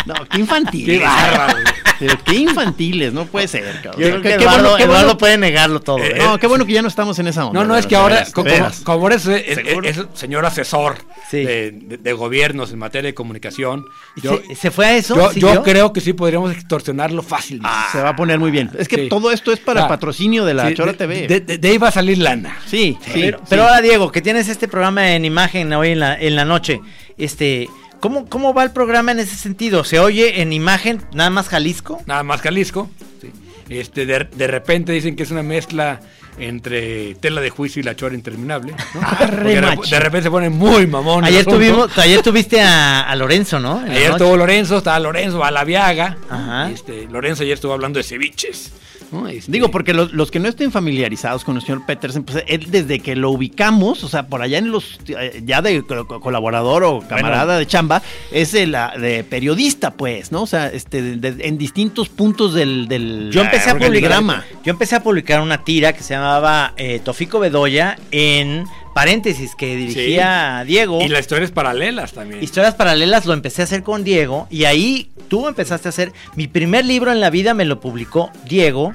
Speaker 5: No, qué infantiles.
Speaker 6: Qué bárbaro.
Speaker 5: Pero qué infantiles, no puede ser, cabrón.
Speaker 4: yo creo que
Speaker 5: Qué- qué
Speaker 4: Eduardo,
Speaker 5: bueno- qué
Speaker 4: Eduardo
Speaker 5: bueno-
Speaker 4: puede negarlo todo. ¿eh?
Speaker 5: No, qué bueno que ya no estamos en esa onda.
Speaker 6: No, no,
Speaker 5: de
Speaker 6: es que
Speaker 5: veras,
Speaker 6: ahora,
Speaker 5: de
Speaker 6: co- como,
Speaker 5: veras.
Speaker 6: como eres eh, eh,
Speaker 5: Seguro.
Speaker 6: es señor asesor
Speaker 4: Sí.
Speaker 6: de, de- de gobiernos en materia de comunicación,
Speaker 4: ¿Y
Speaker 6: yo,
Speaker 4: ¿Se, se fue a eso?
Speaker 6: yo- yo
Speaker 4: ¿Siguió?
Speaker 6: creo que sí podríamos extorsionarlo fácilmente.
Speaker 5: Se va a poner muy bien. Es que
Speaker 6: Sí.
Speaker 5: todo esto es para
Speaker 6: Ah.
Speaker 5: patrocinio de Ah, la
Speaker 6: Sí,
Speaker 5: Chora
Speaker 6: de-
Speaker 5: TV.
Speaker 6: De, de- de ahí va a salir lana.
Speaker 5: sí, sí.
Speaker 4: pero,
Speaker 5: sí.
Speaker 4: pero ahora, Diego, que tienes este programa en imagen hoy en la, en la noche, este, ¿cómo, ¿cómo va el programa en ese sentido? ¿Se oye en imagen nada más Jalisco?
Speaker 6: Nada más Jalisco. sí. Este, de, de repente dicen que es una mezcla entre tela de juicio y la chora interminable. ¿no? Porque de,
Speaker 5: macho.
Speaker 6: de repente se pone muy mamón. el
Speaker 4: Ah, ayer,
Speaker 6: asunto.
Speaker 4: tuvimos, ayer tuviste a, a Lorenzo, ¿no? En la
Speaker 6: Ayer
Speaker 4: noche.
Speaker 6: estuvo Lorenzo, estaba Lorenzo Balaviaga. ¿no?
Speaker 4: Ajá.
Speaker 6: Este, Lorenzo ayer estuvo hablando de ceviches. ¿no? Este,
Speaker 5: Digo, porque los, los que no estén familiarizados con el señor Petersen, pues él desde que lo ubicamos, o sea, por allá en los, eh, ya de co- co- colaborador o camarada de chamba, es de, la, de periodista, pues, ¿no? O sea, este, de- de- en distintos puntos del, del
Speaker 4: Yo empecé, a publicar,
Speaker 5: organigrama.
Speaker 4: yo empecé a publicar una tira que se llamaba eh, Tofico Bedoya en paréntesis que dirigía Diego.
Speaker 6: y las historias paralelas también.
Speaker 4: Historias paralelas lo empecé a hacer con Diego y ahí tú empezaste a hacer mi primer libro en la vida me lo publicó Diego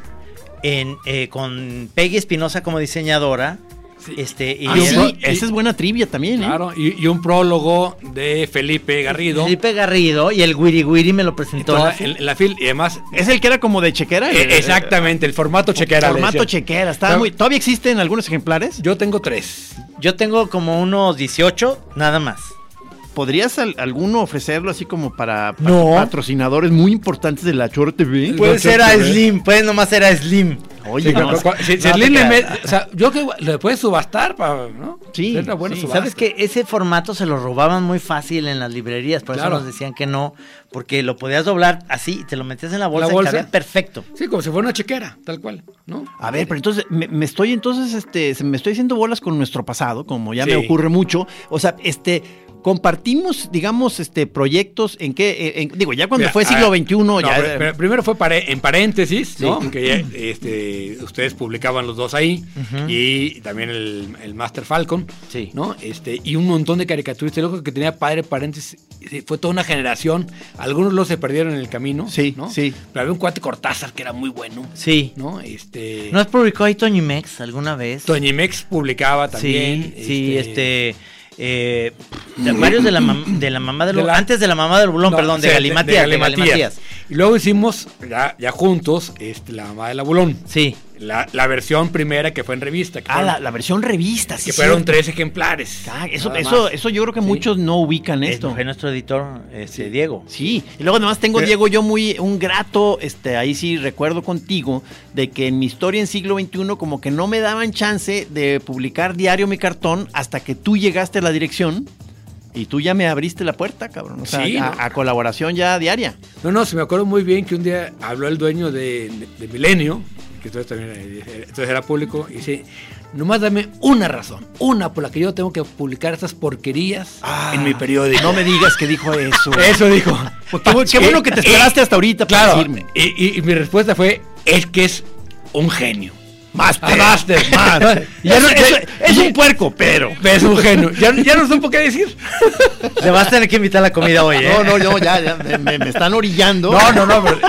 Speaker 4: en, eh, con Peggy Espinosa como diseñadora.
Speaker 6: Sí.
Speaker 4: Este y
Speaker 6: Ah,
Speaker 5: Y
Speaker 4: él-
Speaker 5: sí,
Speaker 6: y-
Speaker 5: esa es buena trivia también, ¿eh?
Speaker 6: Claro, y, y un prólogo de Felipe Garrido.
Speaker 4: Felipe Garrido y el Wiri Wiri me lo presentó.
Speaker 6: Toda- en, en la fil y además
Speaker 5: Es el que era como de chequera.
Speaker 6: eh,
Speaker 5: el-
Speaker 6: exactamente el formato chequera. le
Speaker 5: Formato
Speaker 6: decían.
Speaker 5: E, chequera. Estaba
Speaker 6: Pero-
Speaker 5: muy, ¿Todavía existen algunos ejemplares?
Speaker 6: Yo tengo tres.
Speaker 4: Yo tengo como unos 18 nada más.
Speaker 5: ¿Podrías al- alguno ofrecerlo así como para, para
Speaker 4: No.
Speaker 5: patrocinadores muy importantes de la Chor TV?
Speaker 4: Puede
Speaker 6: ocho,
Speaker 4: ser a
Speaker 6: ¿eh?
Speaker 4: Slim, puede nomás ser a Slim.
Speaker 5: Oye,
Speaker 6: Sí,
Speaker 5: no,
Speaker 6: cu- cu- si- si
Speaker 5: no,
Speaker 6: el Lin
Speaker 5: te
Speaker 6: le
Speaker 5: creas.
Speaker 6: met- o sea, yo creo que le puedes subastar para, ¿no?
Speaker 5: Sí,
Speaker 6: Era buena
Speaker 5: sí.
Speaker 6: subasta.
Speaker 4: ¿Sabes que Ese formato se lo robaban muy fácil en las librerías, por
Speaker 6: Claro.
Speaker 4: eso nos decían que no, porque lo podías doblar así y te lo metías en la bolsa, y
Speaker 6: bolsa?
Speaker 4: cabía perfecto.
Speaker 6: Sí, como si fuera una chequera, tal cual, ¿no?
Speaker 5: A ver, pero entonces me, me estoy entonces este se- me estoy haciendo bolas con nuestro pasado, como ya me
Speaker 6: Sí.
Speaker 5: ocurre mucho. O sea, este compartimos, digamos, este proyectos en que en- digo, ya cuando
Speaker 6: Mira,
Speaker 5: fue
Speaker 6: a
Speaker 5: siglo
Speaker 6: ver,
Speaker 5: XXI
Speaker 6: no,
Speaker 5: ya
Speaker 6: pero- pero primero fue pare- en paréntesis, ¿no? Que ya, este, ustedes publicaban los dos ahí y también el, el Master Falcon,
Speaker 4: Sí.
Speaker 6: ¿no? Este, y un montón de caricaturistas loco que tenía padre paréntesis, eh, fue toda una generación. Algunos los se perdieron en el camino,
Speaker 5: Sí,
Speaker 6: ¿no?
Speaker 5: sí.
Speaker 6: Pero había un cuate Cortázar que era muy bueno,
Speaker 4: Sí.
Speaker 6: ¿no? Este,
Speaker 4: ¿No has publicado ahí Tony Mex alguna vez?
Speaker 6: Toñimex publicaba también.
Speaker 4: Sí, sí, este... eh, de varios de la, mam- de la mamá del
Speaker 6: De la-
Speaker 4: antes de la mamá del bulón,
Speaker 6: No,
Speaker 4: perdón, de
Speaker 6: sí,
Speaker 4: Galimatías, de Galimatías.
Speaker 6: Y luego hicimos, ya, ya juntos, este, La Mamá del Abulón.
Speaker 4: Sí,
Speaker 6: La, la versión primera que fue en revista. Que
Speaker 5: Ah,
Speaker 6: fueron,
Speaker 5: la, la versión revista, sí.
Speaker 6: que fueron
Speaker 5: cierto.
Speaker 6: tres ejemplares.
Speaker 5: Ah, eso,
Speaker 6: Nada
Speaker 5: eso,
Speaker 6: más.
Speaker 5: eso yo creo que muchos no ubican
Speaker 4: es-
Speaker 5: esto.
Speaker 4: fue nuestro editor, este, Diego.
Speaker 5: Sí, y luego además tengo,
Speaker 6: Pero-
Speaker 5: Diego, yo muy un grato, este, ahí sí recuerdo contigo, de que en mi historia en siglo XXI como que no me daban chance de publicar diario mi cartón hasta que tú llegaste a la dirección y tú ya me abriste la puerta, cabrón. O sea,
Speaker 6: Sí,
Speaker 5: a,
Speaker 6: ¿no?
Speaker 5: a colaboración ya diaria.
Speaker 6: No, no, se me acuerdo muy bien que un día habló el dueño de, de Milenio, que entonces también era- entonces era público, y dice, nomás dame una razón, una por la que yo tengo que publicar estas porquerías Ah. en mi periódico.
Speaker 5: No me digas que dijo eso.
Speaker 6: Eso dijo. Eh,
Speaker 5: Pues qué, bu- qué bueno que te esperaste hasta ahorita para
Speaker 6: Claro.
Speaker 5: decirme.
Speaker 6: Y, y- y mi respuesta fue, es que es un genio. Ah,
Speaker 5: Master.
Speaker 6: Master,
Speaker 5: Master.
Speaker 6: Ya no-
Speaker 5: Eso-
Speaker 6: ya-
Speaker 5: eso- es un puerco, pero.
Speaker 6: Es un genio. Ya, ya no supo qué decir.
Speaker 4: Le vas a tener que invitar a la comida hoy, ¿eh?
Speaker 5: No, no, no, ya, ya, me- me, me están orillando.
Speaker 6: Ah, No, no, no. pero-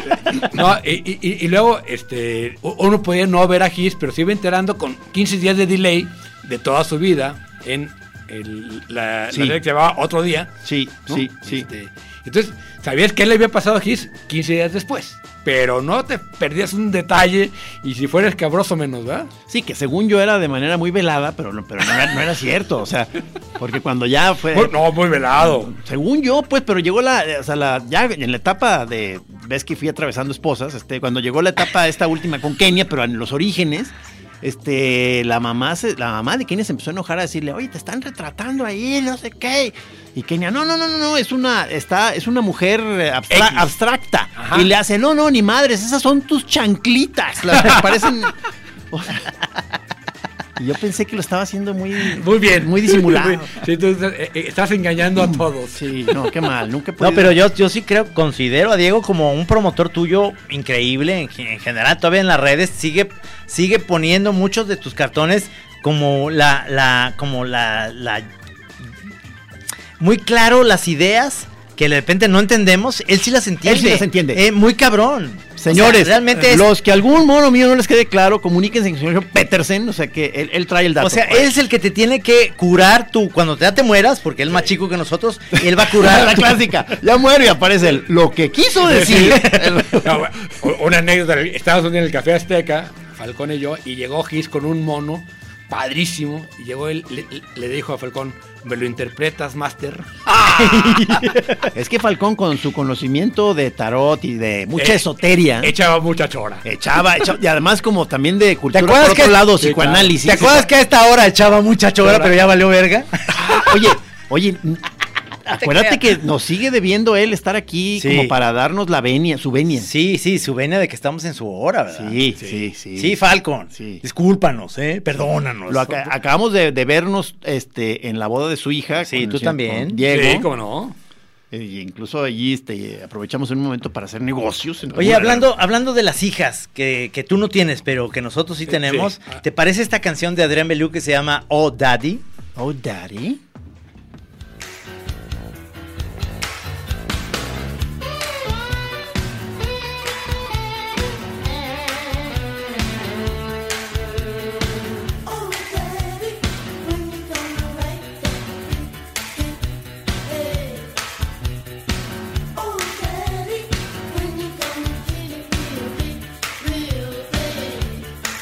Speaker 6: no, y, y- y- y luego, este, u- uno podía no ver a Gis, pero se iba enterando con 15 días de delay de toda su vida en el- la, la
Speaker 5: Sí.
Speaker 6: serie que se llamaba Otro Día.
Speaker 5: Sí,
Speaker 6: ¿no?
Speaker 5: sí, sí.
Speaker 6: Este, entonces, ¿sabías qué le había pasado a Gis 15 días después? Pero no te perdías un detalle y si fueras cabroso menos, ¿verdad?
Speaker 5: Sí, que según yo era de manera muy velada, pero, no- pero no, era, no era cierto. O sea, porque cuando ya fue.
Speaker 6: Muy- no, muy velado.
Speaker 5: Según yo, pues, pero llegó la, o sea, la, ya en la etapa de, ves que fui atravesando esposas, este, cuando llegó la etapa esta última con Kenia, pero en los orígenes, este, la mamá, se- la mamá de Kenia se empezó a enojar a decirle, oye, te están retratando ahí, no sé qué, y Kenia, no, no, no, no, no, es una, está, es una mujer eh, abstra-
Speaker 6: X.
Speaker 5: abstracta,
Speaker 6: Ajá.
Speaker 5: y le hace, no, no, ni madres, esas son tus chanclitas, las que parecen, o sea, y yo pensé que lo estaba haciendo muy,
Speaker 6: Muy bien.
Speaker 5: muy disimulado.
Speaker 6: Sí, tú estás, eh, eh, estás engañando a todos.
Speaker 5: Sí, no, qué mal, nunca he
Speaker 4: No,
Speaker 5: podido-
Speaker 4: pero yo, yo sí creo, considero a Diego como un promotor tuyo increíble en, ge- en general. Todavía en las redes sigue, sigue poniendo muchos de tus cartones como la, la, como la, la- muy claro las ideas que de repente no entendemos. Él sí las entiende.
Speaker 5: las entiende.
Speaker 4: Eh, muy cabrón.
Speaker 5: Señores,
Speaker 4: O sea, realmente es-
Speaker 5: los que algún mono mío no les quede claro, comuníquense con el señor Petersen, o sea que él, él trae el dato. pues.
Speaker 4: O sea, él es el que te tiene que curar tú cuando te, ya te mueras, porque él es más chico que nosotros, él va a curar
Speaker 5: la clásica, ya muero y aparece él. Lo que quiso decir.
Speaker 6: No, bueno, o- una anécdota, estábamos un día en el Café Azteca, Falcón y yo, y llegó Gis con un mono padrísimo, y llegó él, le, le dijo a Falcón, me lo interpretas, Master.
Speaker 5: es que Falcón con su conocimiento de tarot y de mucha
Speaker 6: Eh,
Speaker 5: esoteria
Speaker 6: Echaba mucha chora.
Speaker 5: echaba, echaba- y además como también de cultura
Speaker 4: acuerdas
Speaker 5: por otro
Speaker 4: que-
Speaker 5: lado
Speaker 6: Sí,
Speaker 5: psicoanálisis.
Speaker 4: ¿Te acuerdas que a esta hora echaba mucha chora, pero ya valió verga?
Speaker 5: Oye, oye, acuérdate que nos sigue debiendo él estar aquí
Speaker 4: Sí.
Speaker 5: como para darnos la venia, su venia.
Speaker 4: Sí, sí, su venia de que estamos en su hora, ¿verdad?
Speaker 5: sí, sí. sí.
Speaker 4: Sí, Falcon.
Speaker 5: Sí.
Speaker 4: Discúlpanos, ¿eh? Perdónanos.
Speaker 5: Lo aca- acabamos de, de vernos este, en la boda de su hija.
Speaker 4: Sí,
Speaker 5: con el
Speaker 4: tú
Speaker 5: señor-
Speaker 4: también.
Speaker 5: con
Speaker 6: Sí,
Speaker 5: Diego.
Speaker 6: cómo no.
Speaker 5: Eh, y incluso allí este, aprovechamos en un momento para hacer negocios. en
Speaker 4: Oye,
Speaker 5: alguna-
Speaker 4: hablando, hablando de las hijas que, que tú no tienes, pero que nosotros sí tenemos,
Speaker 6: sí.
Speaker 4: ¿te parece esta canción de Adrián Belú que se llama Oh Daddy?
Speaker 5: Oh, daddy.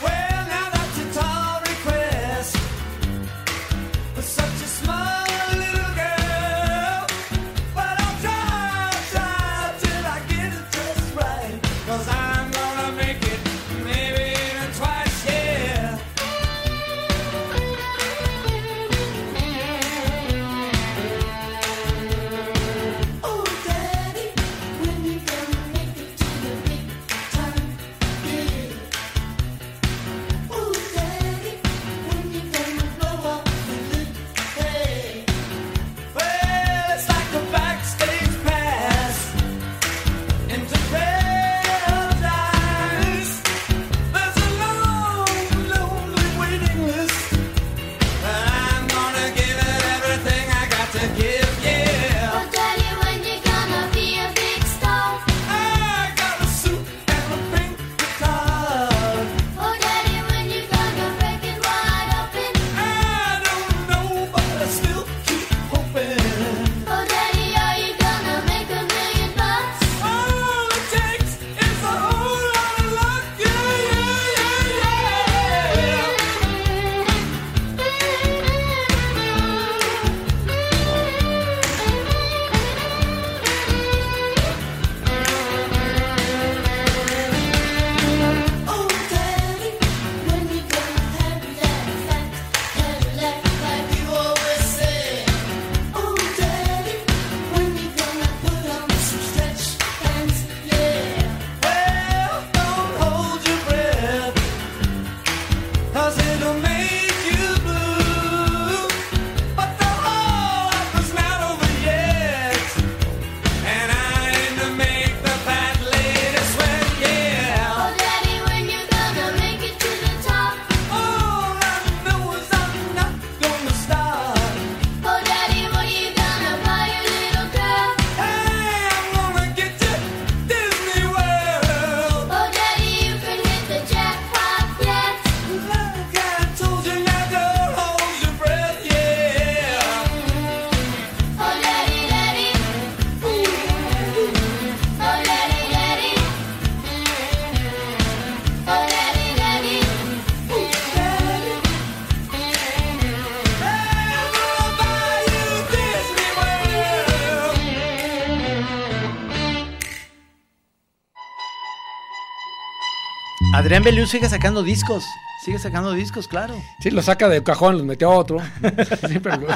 Speaker 2: Well, now that's a tall request, but such a small
Speaker 4: Adrián Beliú sigue sacando discos. Sigue sacando discos, claro.
Speaker 6: Sí, lo saca del cajón, los metió a otro. Siempre lo...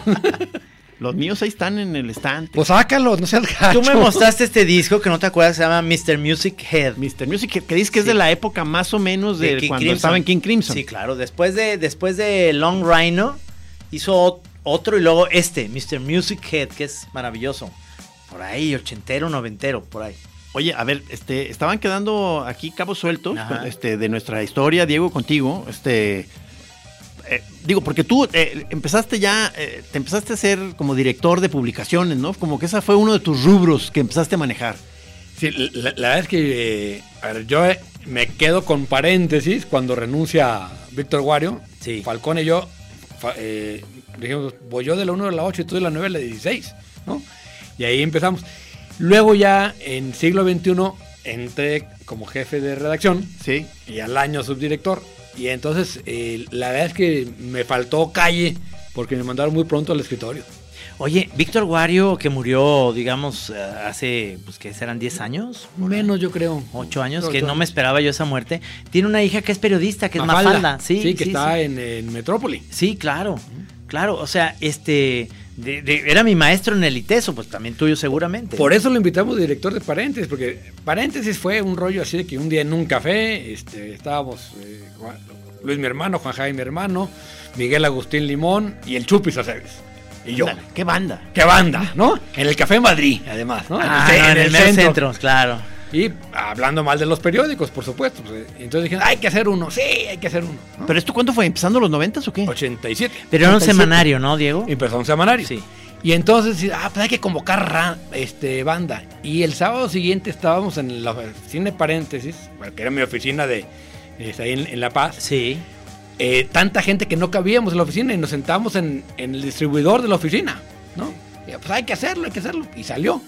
Speaker 5: Los míos ahí están en el estante.
Speaker 6: Pues sácalo, no seas gacho.
Speaker 4: Tú me mostraste este disco que no te acuerdas, se llama Mr. Music Head.
Speaker 5: Mr. Music, que, que dice que es de la época más o menos de,
Speaker 4: King
Speaker 5: cuando
Speaker 4: Crimson.
Speaker 5: estaba en King Crimson.
Speaker 4: Sí, claro. Después de, después de Long Rhino, hizo ot- otro y luego este, Mr. Music Head, que es maravilloso. Por ahí, ochentero, noventero, por ahí.
Speaker 5: Oye, a ver, este, estaban quedando aquí cabos sueltos
Speaker 4: Ajá.
Speaker 5: con- este, de nuestra historia, Diego, contigo. Este, eh, digo, porque tú eh, empezaste ya, eh, te empezaste a ser como director de publicaciones, ¿no? Como que esa fue uno de tus rubros que empezaste a manejar.
Speaker 6: Sí, la, la verdad es que eh, a ver, yo eh, me quedo con paréntesis cuando renuncia Víctor Guario.
Speaker 4: Sí.
Speaker 6: Falcón y yo, fa- eh, dijimos, voy yo de la 1 a la 8 y tú de la 9 a la 16, ¿no? Y ahí empezamos. Luego ya en siglo XXI entré como jefe de redacción
Speaker 5: Sí.
Speaker 6: y al año subdirector. Y entonces eh, la verdad es que me faltó calle porque me mandaron muy pronto al escritorio.
Speaker 4: Oye, Víctor Guario, que murió, digamos, eh, hace, pues, que serán 10 años,
Speaker 6: Menos yo creo.
Speaker 4: ocho años,
Speaker 6: Ocho
Speaker 4: que no me
Speaker 6: años.
Speaker 4: esperaba yo esa muerte. Tiene una hija que es periodista, que
Speaker 6: Mafalda.
Speaker 4: es Mafalda. Sí,
Speaker 6: que
Speaker 4: sí,
Speaker 6: está
Speaker 4: sí.
Speaker 6: En, en Metrópoli.
Speaker 4: Sí, claro, claro. O sea, este, de- de- era mi maestro en el ITESO, pues también tuyo seguramente.
Speaker 6: Por eso lo invitamos director de Paréntesis, porque Paréntesis fue un rollo así de que un día en un café este, estábamos eh, Juan- Luis mi hermano, Juan Jaime mi hermano, Miguel Agustín Limón y el Chupis Aceves. Y yo,
Speaker 5: Ándale, ¿Qué banda?
Speaker 6: ¿qué banda? ¿No? En el Café Madrid, además, ¿no?
Speaker 4: Ah,
Speaker 6: ce-
Speaker 4: no, en el, mero centro. claro.
Speaker 5: Ah.
Speaker 6: Y hablando mal de los periódicos, por supuesto. pues, eh, entonces dijeron, hay que hacer uno, sí, hay que hacer uno. ¿no?
Speaker 5: ¿Pero esto cuándo fue? ¿Empezando los noventas o qué?
Speaker 6: 87.
Speaker 4: Pero era un
Speaker 6: 87.
Speaker 4: semanario, ¿no, Diego?
Speaker 5: Em-
Speaker 6: Empezó un semanario.
Speaker 4: Sí.
Speaker 6: Y entonces, sí, ah, pues hay que convocar ra- este, banda. Y el sábado siguiente estábamos en la oficina de paréntesis, bueno, que era mi oficina de es ahí en, en La Paz.
Speaker 4: Sí.
Speaker 6: Eh, tanta gente que no cabíamos en la oficina y nos sentamos en, en el distribuidor de la oficina, ¿no? Y, pues hay que hacerlo, hay que hacerlo. Y salió.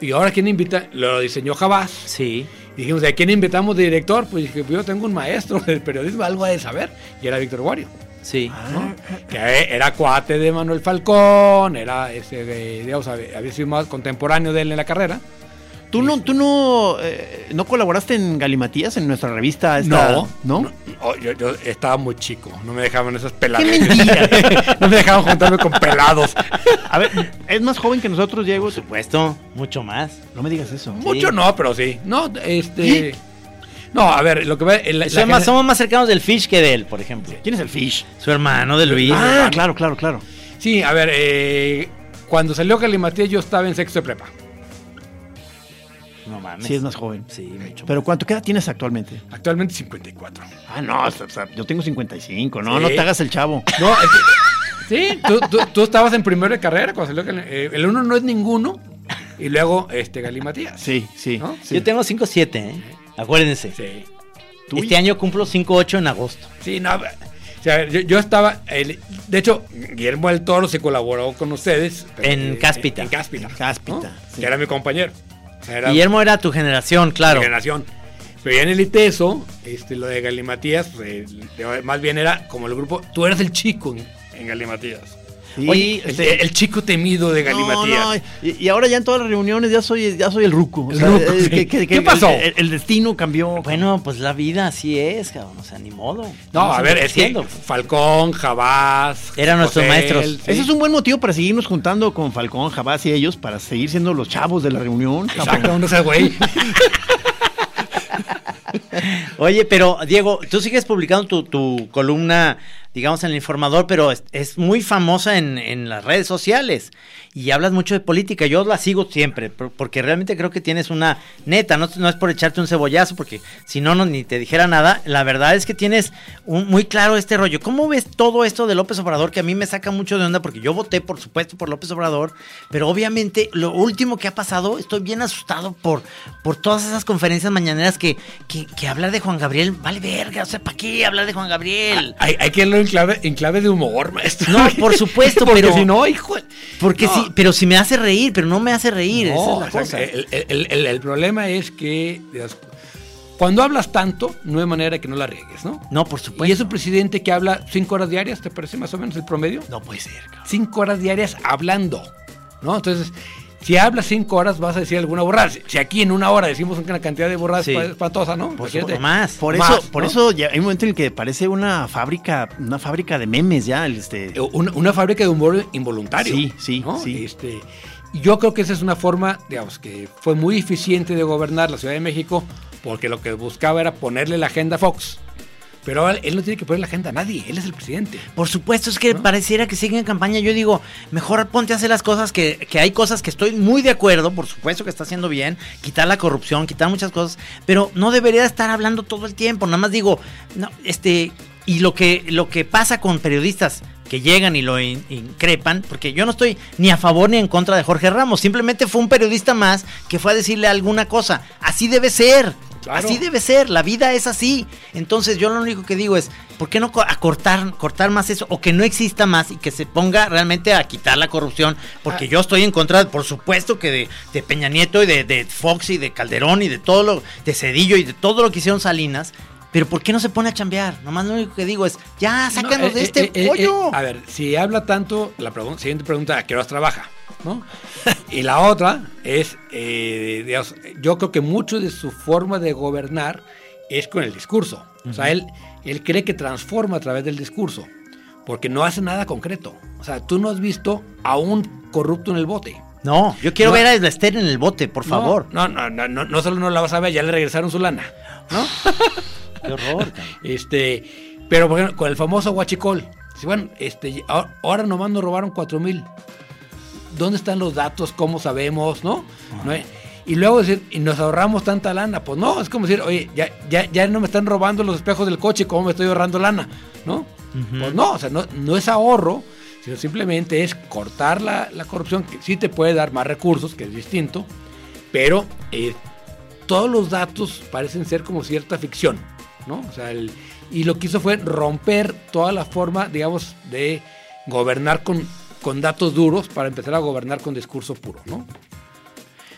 Speaker 6: Y ahora, ¿quién invita? Lo diseñó Jabás.
Speaker 4: Sí.
Speaker 6: Dijimos, ¿a quién invitamos de director? Pues dije, yo tengo un maestro del periodismo, algo ha de saber. Y era Víctor Guario.
Speaker 4: Sí.
Speaker 5: Ah.
Speaker 6: ¿no? que era cuate de Manuel Falcón, era este de, digamos, hab- había sido más contemporáneo de él en la carrera.
Speaker 5: ¿Tú no, tú no, eh, no colaboraste en Galimatías, en nuestra revista? esta- ¿No?
Speaker 6: Oh, yo, yo estaba muy chico, no me dejaban esas peladas. no me dejaban juntarme con pelados.
Speaker 5: A ver, es más joven que nosotros, Diego.
Speaker 4: Supuesto, mucho más.
Speaker 5: No me digas eso.
Speaker 6: Mucho no, pero sí. No, este. No, a ver, lo que va. el- la
Speaker 4: O sea, más-
Speaker 6: genera-
Speaker 4: somos más cercanos del Fish que de él, por ejemplo.
Speaker 5: ¿Quién es el Fish?
Speaker 4: Su hermano de Luis.
Speaker 5: Ah, claro, claro, claro.
Speaker 6: Sí, a ver, eh, cuando salió Calimatías yo estaba en sexto de prepa.
Speaker 4: No mames.
Speaker 5: Sí, es más joven.
Speaker 4: Sí, mucho
Speaker 5: Pero ¿cuánto qué edad tienes actualmente?
Speaker 6: Actualmente 54.
Speaker 5: Ah, no, o sea, o sea, yo tengo 55. No,
Speaker 6: Sí.
Speaker 5: no te hagas el chavo.
Speaker 6: No, es que- sí, tú, tú- tú estabas en primero de carrera cuando salió Gali- eh, el uno no es ninguno y luego este Galimatías.
Speaker 5: Sí, sí.
Speaker 6: ¿No?
Speaker 4: Yo tengo 5'7", ¿eh? Acuérdense.
Speaker 6: Sí.
Speaker 5: Tú
Speaker 4: Este
Speaker 5: y-
Speaker 4: año cumplo 5'8 en agosto.
Speaker 6: Sí, no. o sea, yo, yo estaba. el- de hecho, Guillermo del Toro se colaboró con ustedes. eh,
Speaker 4: En Cáspita.
Speaker 6: En Cáspita.
Speaker 5: En Cáspita, sí.
Speaker 6: Que era mi compañero. O sea, era
Speaker 4: Guillermo era tu generación, claro.
Speaker 6: mi generación. Pero ya en el ITESO, este, lo de Galimatías, pues, eh, más bien era como el grupo. Tú eras el chico en, en Galimatías.
Speaker 5: Sí,
Speaker 4: Oye,
Speaker 6: El,
Speaker 5: este-
Speaker 6: el chico temido de
Speaker 5: No,
Speaker 6: Galimatías.
Speaker 5: no, y, y ahora ya en todas las reuniones ya soy, ya soy el ruco. O
Speaker 6: El
Speaker 5: sea,
Speaker 6: ruco,
Speaker 5: eh,
Speaker 6: sí.
Speaker 5: que- que- que-
Speaker 6: ¿Qué pasó?
Speaker 5: El, el destino cambió.
Speaker 4: Bueno, pues la vida así es, cabrón. O sea, ni modo.
Speaker 6: No,
Speaker 4: Vamos
Speaker 6: a ver, es que
Speaker 4: envejeciendo.
Speaker 6: Falcón, Jabás.
Speaker 4: Eran nuestros
Speaker 6: José,
Speaker 4: maestros.
Speaker 6: sí.
Speaker 5: Ese es un buen motivo para seguirnos juntando con Falcón, Jabás y ellos para seguir siendo los chavos de la reunión.
Speaker 6: Exacto, no seas güey.
Speaker 4: Oye, pero Diego, tú sigues publicando tu, tu columna, digamos, en el informador, pero es, es muy famosa en, en las redes sociales y hablas mucho de política. Yo la sigo siempre, por- porque realmente creo que tienes una neta, no, no es por echarte un cebollazo, porque si no, no, ni te dijera nada. La verdad es que tienes un- muy claro este rollo. ¿Cómo ves todo esto de López Obrador? Que a mí me saca mucho de onda, porque yo voté, por supuesto, por López Obrador, pero obviamente lo último que ha pasado, estoy bien asustado por, por todas esas conferencias mañaneras que, que, que hablar de Juan Gabriel vale verga. O sea, ¿para qué hablar de Juan Gabriel?
Speaker 6: Hay, hay que leerlo en clave, en clave de humor, maestro.
Speaker 4: No, por supuesto,
Speaker 6: Porque
Speaker 4: pero-
Speaker 6: si no, hijo.
Speaker 4: Porque
Speaker 6: no.
Speaker 4: sí, pero si me hace reír, pero no me hace reír. esa es
Speaker 6: No,
Speaker 4: la
Speaker 6: o sea,
Speaker 4: cosa.
Speaker 6: El, el- el- el problema es que digamos, cuando hablas tanto, no hay manera que no la riegues, ¿no?
Speaker 4: No, por
Speaker 6: Y
Speaker 4: supuesto.
Speaker 6: es un presidente que habla cinco horas diarias, ¿te parece más o menos el promedio?
Speaker 4: No puede ser, cabrón.
Speaker 6: Cinco horas diarias hablando, ¿no? Entonces, Si hablas cinco horas, vas a decir alguna borrada. Si- Si aquí en una hora decimos una cantidad de borradas
Speaker 4: Sí.
Speaker 6: espa- espantosa, ¿no?
Speaker 4: Por
Speaker 6: Imagínate.
Speaker 4: supuesto, más.
Speaker 5: Por eso,
Speaker 6: Más,
Speaker 5: por
Speaker 6: ¿no?
Speaker 5: eso ya hay un momento en el que parece una fábrica, una fábrica de memes ya, el, este.
Speaker 6: una, eh, una fábrica de humor involuntario.
Speaker 5: Sí, sí,
Speaker 6: ¿no?
Speaker 5: sí.
Speaker 6: Este, y yo creo que esa es una forma, digamos, que fue muy eficiente de gobernar la Ciudad de México porque lo que buscaba era ponerle la agenda a Fox. Pero ahora él no tiene que poner la agenda a nadie, él es el presidente.
Speaker 4: Por supuesto, es que pareciera que sigue en campaña. Yo digo, mejor ponte a hacer las cosas que, que hay cosas que estoy muy de acuerdo, por supuesto que está haciendo bien, quitar la corrupción, quitar muchas cosas, pero no debería estar hablando todo el tiempo. Nada más digo, no, este, y lo que, lo que pasa con periodistas que llegan y lo in- increpan, porque yo no estoy ni a favor ni en contra de Jorge Ramos, simplemente fue un periodista más que fue a decirle alguna cosa. Así debe ser.
Speaker 6: Claro.
Speaker 4: Así debe ser, la vida es así. Entonces yo lo único que digo es, ¿por qué no co- acortar cortar más eso? O que no exista más y que se ponga realmente a quitar la corrupción.
Speaker 6: Ah.
Speaker 4: Porque yo estoy en contra, por supuesto, que de, de Peña Nieto y de, de Fox y de Calderón y de todo lo, de Cedillo y de todo lo que hicieron Salinas. Pero ¿por qué no se pone a chambear? Nomás lo único que digo es, ya, sácanos
Speaker 6: No,
Speaker 4: de
Speaker 6: eh,
Speaker 4: este
Speaker 6: eh, eh,
Speaker 4: pollo.
Speaker 6: eh, a ver, si habla tanto, la pregun- siguiente pregunta, ¿a qué horas trabaja? ¿No? y la otra es, eh, digamos, yo creo que mucho de su forma de gobernar es con el discurso. O sea, él, él cree que transforma a través del discurso, porque no hace nada concreto. O sea, tú no has visto a un corrupto en el bote.
Speaker 4: no, yo quiero
Speaker 6: no.
Speaker 4: ver a Eslester en el bote, por
Speaker 6: No,
Speaker 4: favor.
Speaker 6: No, no, no, no, no solo no la vas a ver, ya le regresaron su lana.
Speaker 4: Qué horror. cabrón.
Speaker 6: Este, pero por ejemplo, con el famoso huachicol. Dice, bueno, este, ahora, ahora nomás nos robaron 4 mil. ¿Dónde están los datos? ¿Cómo sabemos? ¿No? ¿No hay- Y luego decir, y nos ahorramos tanta lana. Pues no, es como decir, oye, ya, ya, ya no me están robando los espejos del coche, ¿cómo me estoy ahorrando lana? ¿No? Pues no, o sea, no, no es ahorro, sino simplemente es cortar la, la corrupción, que sí te puede dar más recursos, que es distinto, pero eh, todos los datos parecen ser como cierta ficción, ¿no? O sea, el- y lo que hizo fue romper toda la forma, digamos, de gobernar con, con datos duros para empezar a gobernar con discurso puro, ¿no?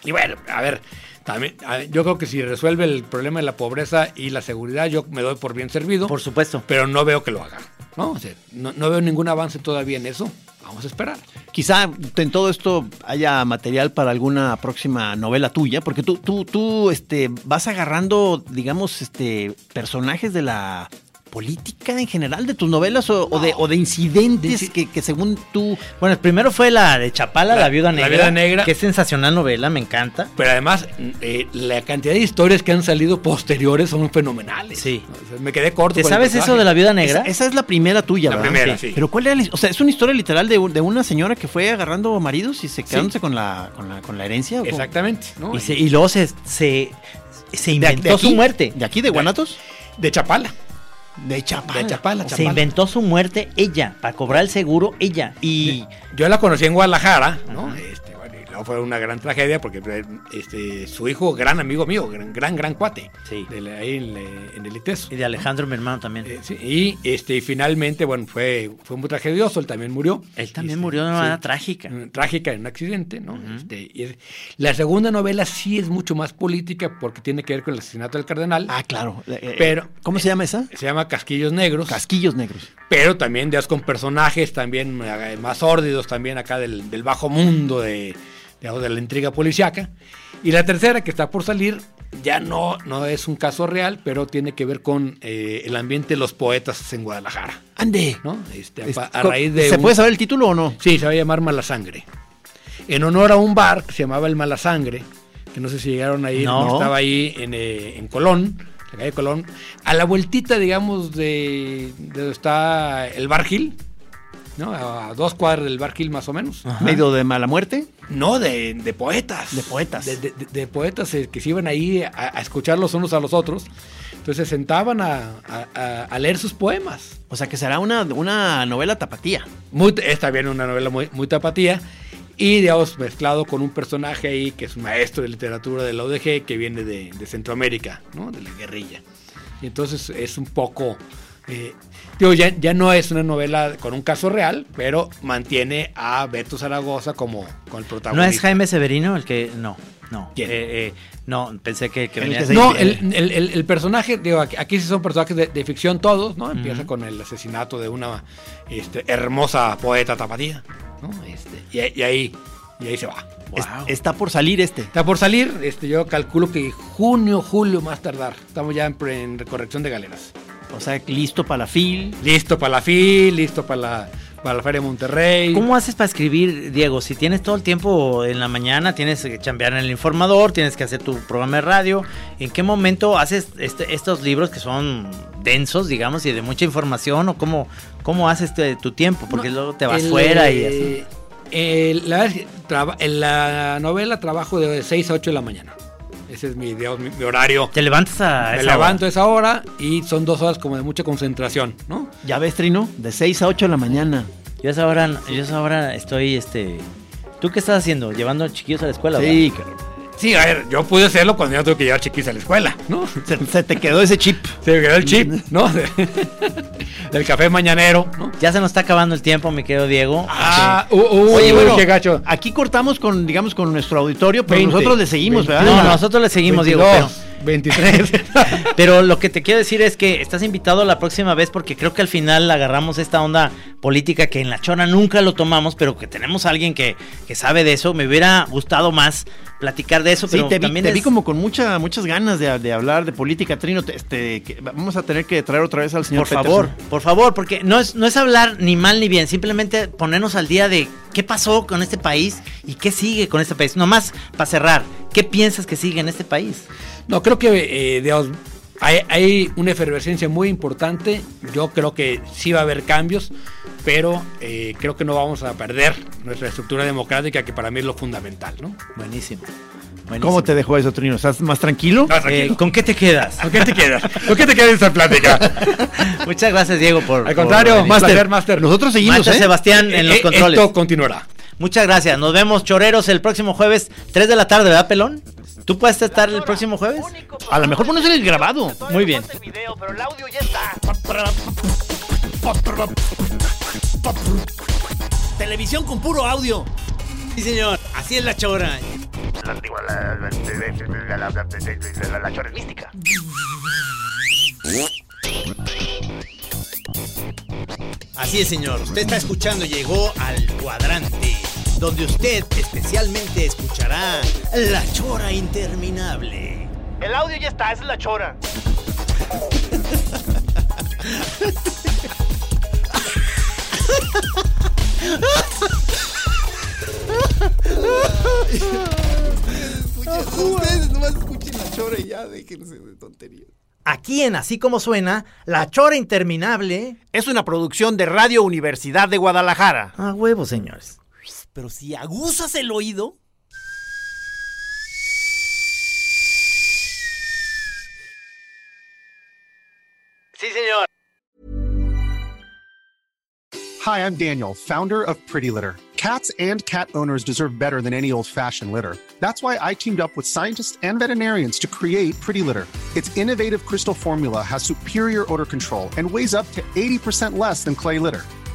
Speaker 6: Y bueno, a ver, también, a ver, yo creo que si resuelve el problema de la pobreza y la seguridad, yo me doy por bien servido,
Speaker 4: Por supuesto.
Speaker 6: pero no veo que lo haga, ¿no? O sea, no, no veo ningún avance todavía en eso. Vamos a esperar.
Speaker 5: Quizá en todo esto haya material para alguna próxima novela tuya, porque tú, tú, tú este, vas agarrando, digamos, este, personajes de la política en general, de tus novelas o, o de, o de incidentes que, que según tú...
Speaker 4: Bueno, primero fue la de Chapala, la,
Speaker 6: La-
Speaker 4: viuda
Speaker 6: La
Speaker 4: negra.
Speaker 6: Viuda Negra.
Speaker 4: Qué sensacional novela, me encanta.
Speaker 6: Pero además, eh, la cantidad de historias que han salido posteriores son fenomenales.
Speaker 4: Sí.
Speaker 6: O sea, me quedé corto.
Speaker 4: ¿Te
Speaker 6: con el
Speaker 4: sabes eso
Speaker 6: personaje.
Speaker 4: de la viuda negra?
Speaker 5: Esa, esa es la primera tuya,
Speaker 6: La
Speaker 5: ¿verdad?
Speaker 6: primera, sí.
Speaker 5: Pero ¿cuál era? la- O sea, es una historia literal de, un- de una señora que fue agarrando maridos y se quedándose con, la, con, la, con la herencia. ¿o cómo?
Speaker 6: Exactamente. ¿no?
Speaker 4: y, se- y luego se, se, se
Speaker 5: ¿De,
Speaker 4: inventó
Speaker 5: de aquí?
Speaker 4: su muerte.
Speaker 5: ¿De aquí, de Guanatos?
Speaker 6: De Chapala.
Speaker 5: De Chapala.
Speaker 6: De Chapala,
Speaker 4: Se
Speaker 6: Chapala.
Speaker 4: inventó su muerte ella, para cobrar el seguro ella. Y
Speaker 6: Yo la conocí en Guadalajara, ¿no? Este, bueno, y luego fue una gran tragedia porque este, su hijo, gran amigo mío, gran, gran, gran cuate.
Speaker 4: Sí.
Speaker 6: de la- ahí en, la- en el ITESO.
Speaker 4: y de Alejandro, mi hermano, también.
Speaker 6: Eh, sí, y este, y finalmente, bueno, fue, fue muy tragedioso, él también murió.
Speaker 4: Él también
Speaker 6: Este,
Speaker 4: murió de una
Speaker 6: sí.
Speaker 4: manera trágica.
Speaker 6: Mm, trágica en un accidente, ¿no? Este, y es- la segunda novela sí es mucho más política porque tiene que ver con el asesinato del cardenal.
Speaker 5: Ah, claro. Eh, eh,
Speaker 6: Pero-
Speaker 5: ¿Cómo se llama esa?
Speaker 6: Se llama Casquillos Negros,
Speaker 5: Casquillos negros.
Speaker 6: pero también digamos, con personajes también eh, más sórdidos, también acá del, del bajo mundo de, digamos, de la intriga policiaca. Y la tercera, que está por salir, ya no, no es un caso real, pero tiene que ver con eh, el ambiente de los poetas en Guadalajara,
Speaker 5: Ande.
Speaker 6: ¿no? Este,
Speaker 5: Es-
Speaker 6: a, pa- a raíz de
Speaker 5: ¿Se
Speaker 6: un-
Speaker 5: puede saber el título o no?
Speaker 6: Sí, se va a llamar Malasangre. En honor a un bar que se llamaba El Malasangre, que no sé si llegaron ahí,
Speaker 4: No.
Speaker 6: estaba ahí en, eh, en Colón, la calle Colón, a la vueltita, digamos, de, de donde está el Bar Gil, ¿no? A, a dos cuadras del Bar Gil más o menos.
Speaker 5: Medio de mala muerte.
Speaker 6: No, de, de poetas.
Speaker 5: Ah. De poetas.
Speaker 6: De, de- de- de poetas eh, que se iban ahí a, a escuchar los unos a los otros. Entonces se sentaban a- a- a- a leer sus poemas.
Speaker 5: O sea que será una, una novela tapatía.
Speaker 6: Muy, está bien, una novela muy, muy tapatía. Y, digamos, mezclado con un personaje ahí que es un maestro de literatura de la UDG que viene de, de Centroamérica, ¿no? De la guerrilla. Y entonces es un poco. eh, digo, ya, ya no es una novela con un caso real, pero mantiene a Beto Zaragoza como, como el
Speaker 4: ¿No
Speaker 6: protagonista.
Speaker 4: es Jaime Severino el que.? No, no.
Speaker 6: ¿Quién?
Speaker 4: Eh, eh, no, pensé que, que
Speaker 5: El
Speaker 4: venía.
Speaker 5: que se-
Speaker 6: No, el, el- el- el personaje, digo, aquí, aquí sí son personajes de, de ficción todos, ¿no? Empieza con el asesinato de una este, hermosa poeta tapatía, ¿no? Este, y, y ahí Y ahí se va.
Speaker 5: Es- está por salir este.
Speaker 6: Está por salir, este, yo calculo que junio, julio más tardar. Estamos ya en, pre- en corrección de galeras.
Speaker 5: O sea, listo para la fil.
Speaker 6: Listo para la FIL, listo para la, para la Feria de Monterrey.
Speaker 4: ¿Cómo haces para escribir, Diego? Si tienes todo el tiempo en la mañana, tienes que chambear en el informador, tienes que hacer tu programa de radio. ¿En qué momento haces este- estos libros que son densos, digamos, y de mucha información? ¿O cómo, cómo haces tu, tu tiempo? Porque luego te vas
Speaker 6: El,
Speaker 4: fuera y así.
Speaker 6: eh, el- la, verdad es que traba- en la novela trabajo de 6 a 8 de la mañana. Ese es mi, digamos, mi- mi horario.
Speaker 4: Te levantas a
Speaker 6: Me
Speaker 4: esa hora.
Speaker 6: levanto a esa hora y son dos horas como de mucha concentración, ¿no?
Speaker 5: Ya ves, Trino, de 6 a 8 de la mañana.
Speaker 4: Yo a esa hora, yo a esa hora estoy, este... ¿Tú qué estás haciendo? ¿Llevando chiquillos a la escuela?
Speaker 5: Sí,
Speaker 6: Sí, a ver, yo pude hacerlo cuando ya tuve que llevar chiquis a la escuela, ¿no?
Speaker 5: se, se te quedó ese chip.
Speaker 6: Se me quedó el chip, ¿no? Del café mañanero, ¿no?
Speaker 4: Ya se nos está acabando el tiempo, mi querido Diego.
Speaker 6: Ah, uh, uh,
Speaker 5: Oye,
Speaker 6: uy,
Speaker 5: bueno,
Speaker 6: qué gacho.
Speaker 5: Aquí cortamos con, digamos, con nuestro auditorio, pero
Speaker 6: 20,
Speaker 5: nosotros le seguimos, ¿verdad?
Speaker 6: ah.
Speaker 4: No, nosotros le seguimos, Diego.
Speaker 6: 22,
Speaker 4: pero-
Speaker 6: 23.
Speaker 4: Pero lo que te quiero decir es que estás invitado la próxima vez porque creo que al final agarramos esta onda política que en la chona nunca lo tomamos, pero que tenemos a alguien que, que sabe de eso. Me hubiera gustado más platicar de eso,
Speaker 5: Sí,
Speaker 4: pero
Speaker 5: te, vi,
Speaker 4: también
Speaker 5: te
Speaker 4: es-
Speaker 5: vi como con mucha, muchas ganas de, de hablar de política, Trino. Te- Este, que- vamos a tener que traer otra vez al señor
Speaker 4: Por favor, por favor, porque no es, no es hablar ni mal ni bien, simplemente ponernos al día de qué pasó con este país y qué sigue con este país. Nomás para cerrar, ¿qué piensas que sigue en este país?
Speaker 6: No, creo que, eh, digamos, hay, hay una efervescencia muy importante. Yo creo que sí va a haber cambios, pero eh, creo que no vamos a perder nuestra estructura democrática, que para mí es lo fundamental, ¿no?
Speaker 4: Buenísimo.
Speaker 5: ¿Cómo te dejó eso, Trino? ¿Estás más tranquilo?
Speaker 6: No, tranquilo.
Speaker 4: Ah, ¿Con qué te quedas?
Speaker 6: ¿Con qué te quedas? ¿Con qué te quedas de esta plática?
Speaker 4: Muchas gracias, Diego, por.
Speaker 6: Al
Speaker 4: por
Speaker 6: contrario,
Speaker 4: venir.
Speaker 6: más placer, Master.
Speaker 5: Nosotros seguimos,
Speaker 4: Maestro
Speaker 5: ¿eh?
Speaker 4: Sebastián en los
Speaker 6: Eh,
Speaker 4: controles.
Speaker 6: Esto continuará.
Speaker 4: Muchas gracias. Nos vemos, choreros, el próximo jueves, 3 de la tarde, ¿verdad, Pelón? ¿Tú puedes estar el próximo jueves?
Speaker 5: A lo mejor pones el grabado.
Speaker 4: Muy bien.
Speaker 3: Televisión con puro audio.
Speaker 4: Sí, señor. Así es la chora. Así es, señor. Usted está escuchando, llegó al cuadrante, donde usted especialmente escuchará La Chora Interminable.
Speaker 3: El audio ya está, esa es la chora.
Speaker 2: Ustedes nomás escuchen la chora y ya déjense de tonterías.
Speaker 4: Aquí en Así Como Suena, La Chora Interminable.
Speaker 3: Es una producción de Radio Universidad de Guadalajara.
Speaker 4: A huevo, señores.
Speaker 3: Pero si aguzas el oído.
Speaker 10: Hi, I'm Daniel, founder of Pretty Litter. Cats and cat owners deserve better than any old fashioned litter. That's why I teamed up with scientists and veterinarians to create Pretty Litter. Its innovative crystal formula has superior odor control and weighs up to 80% less than clay litter.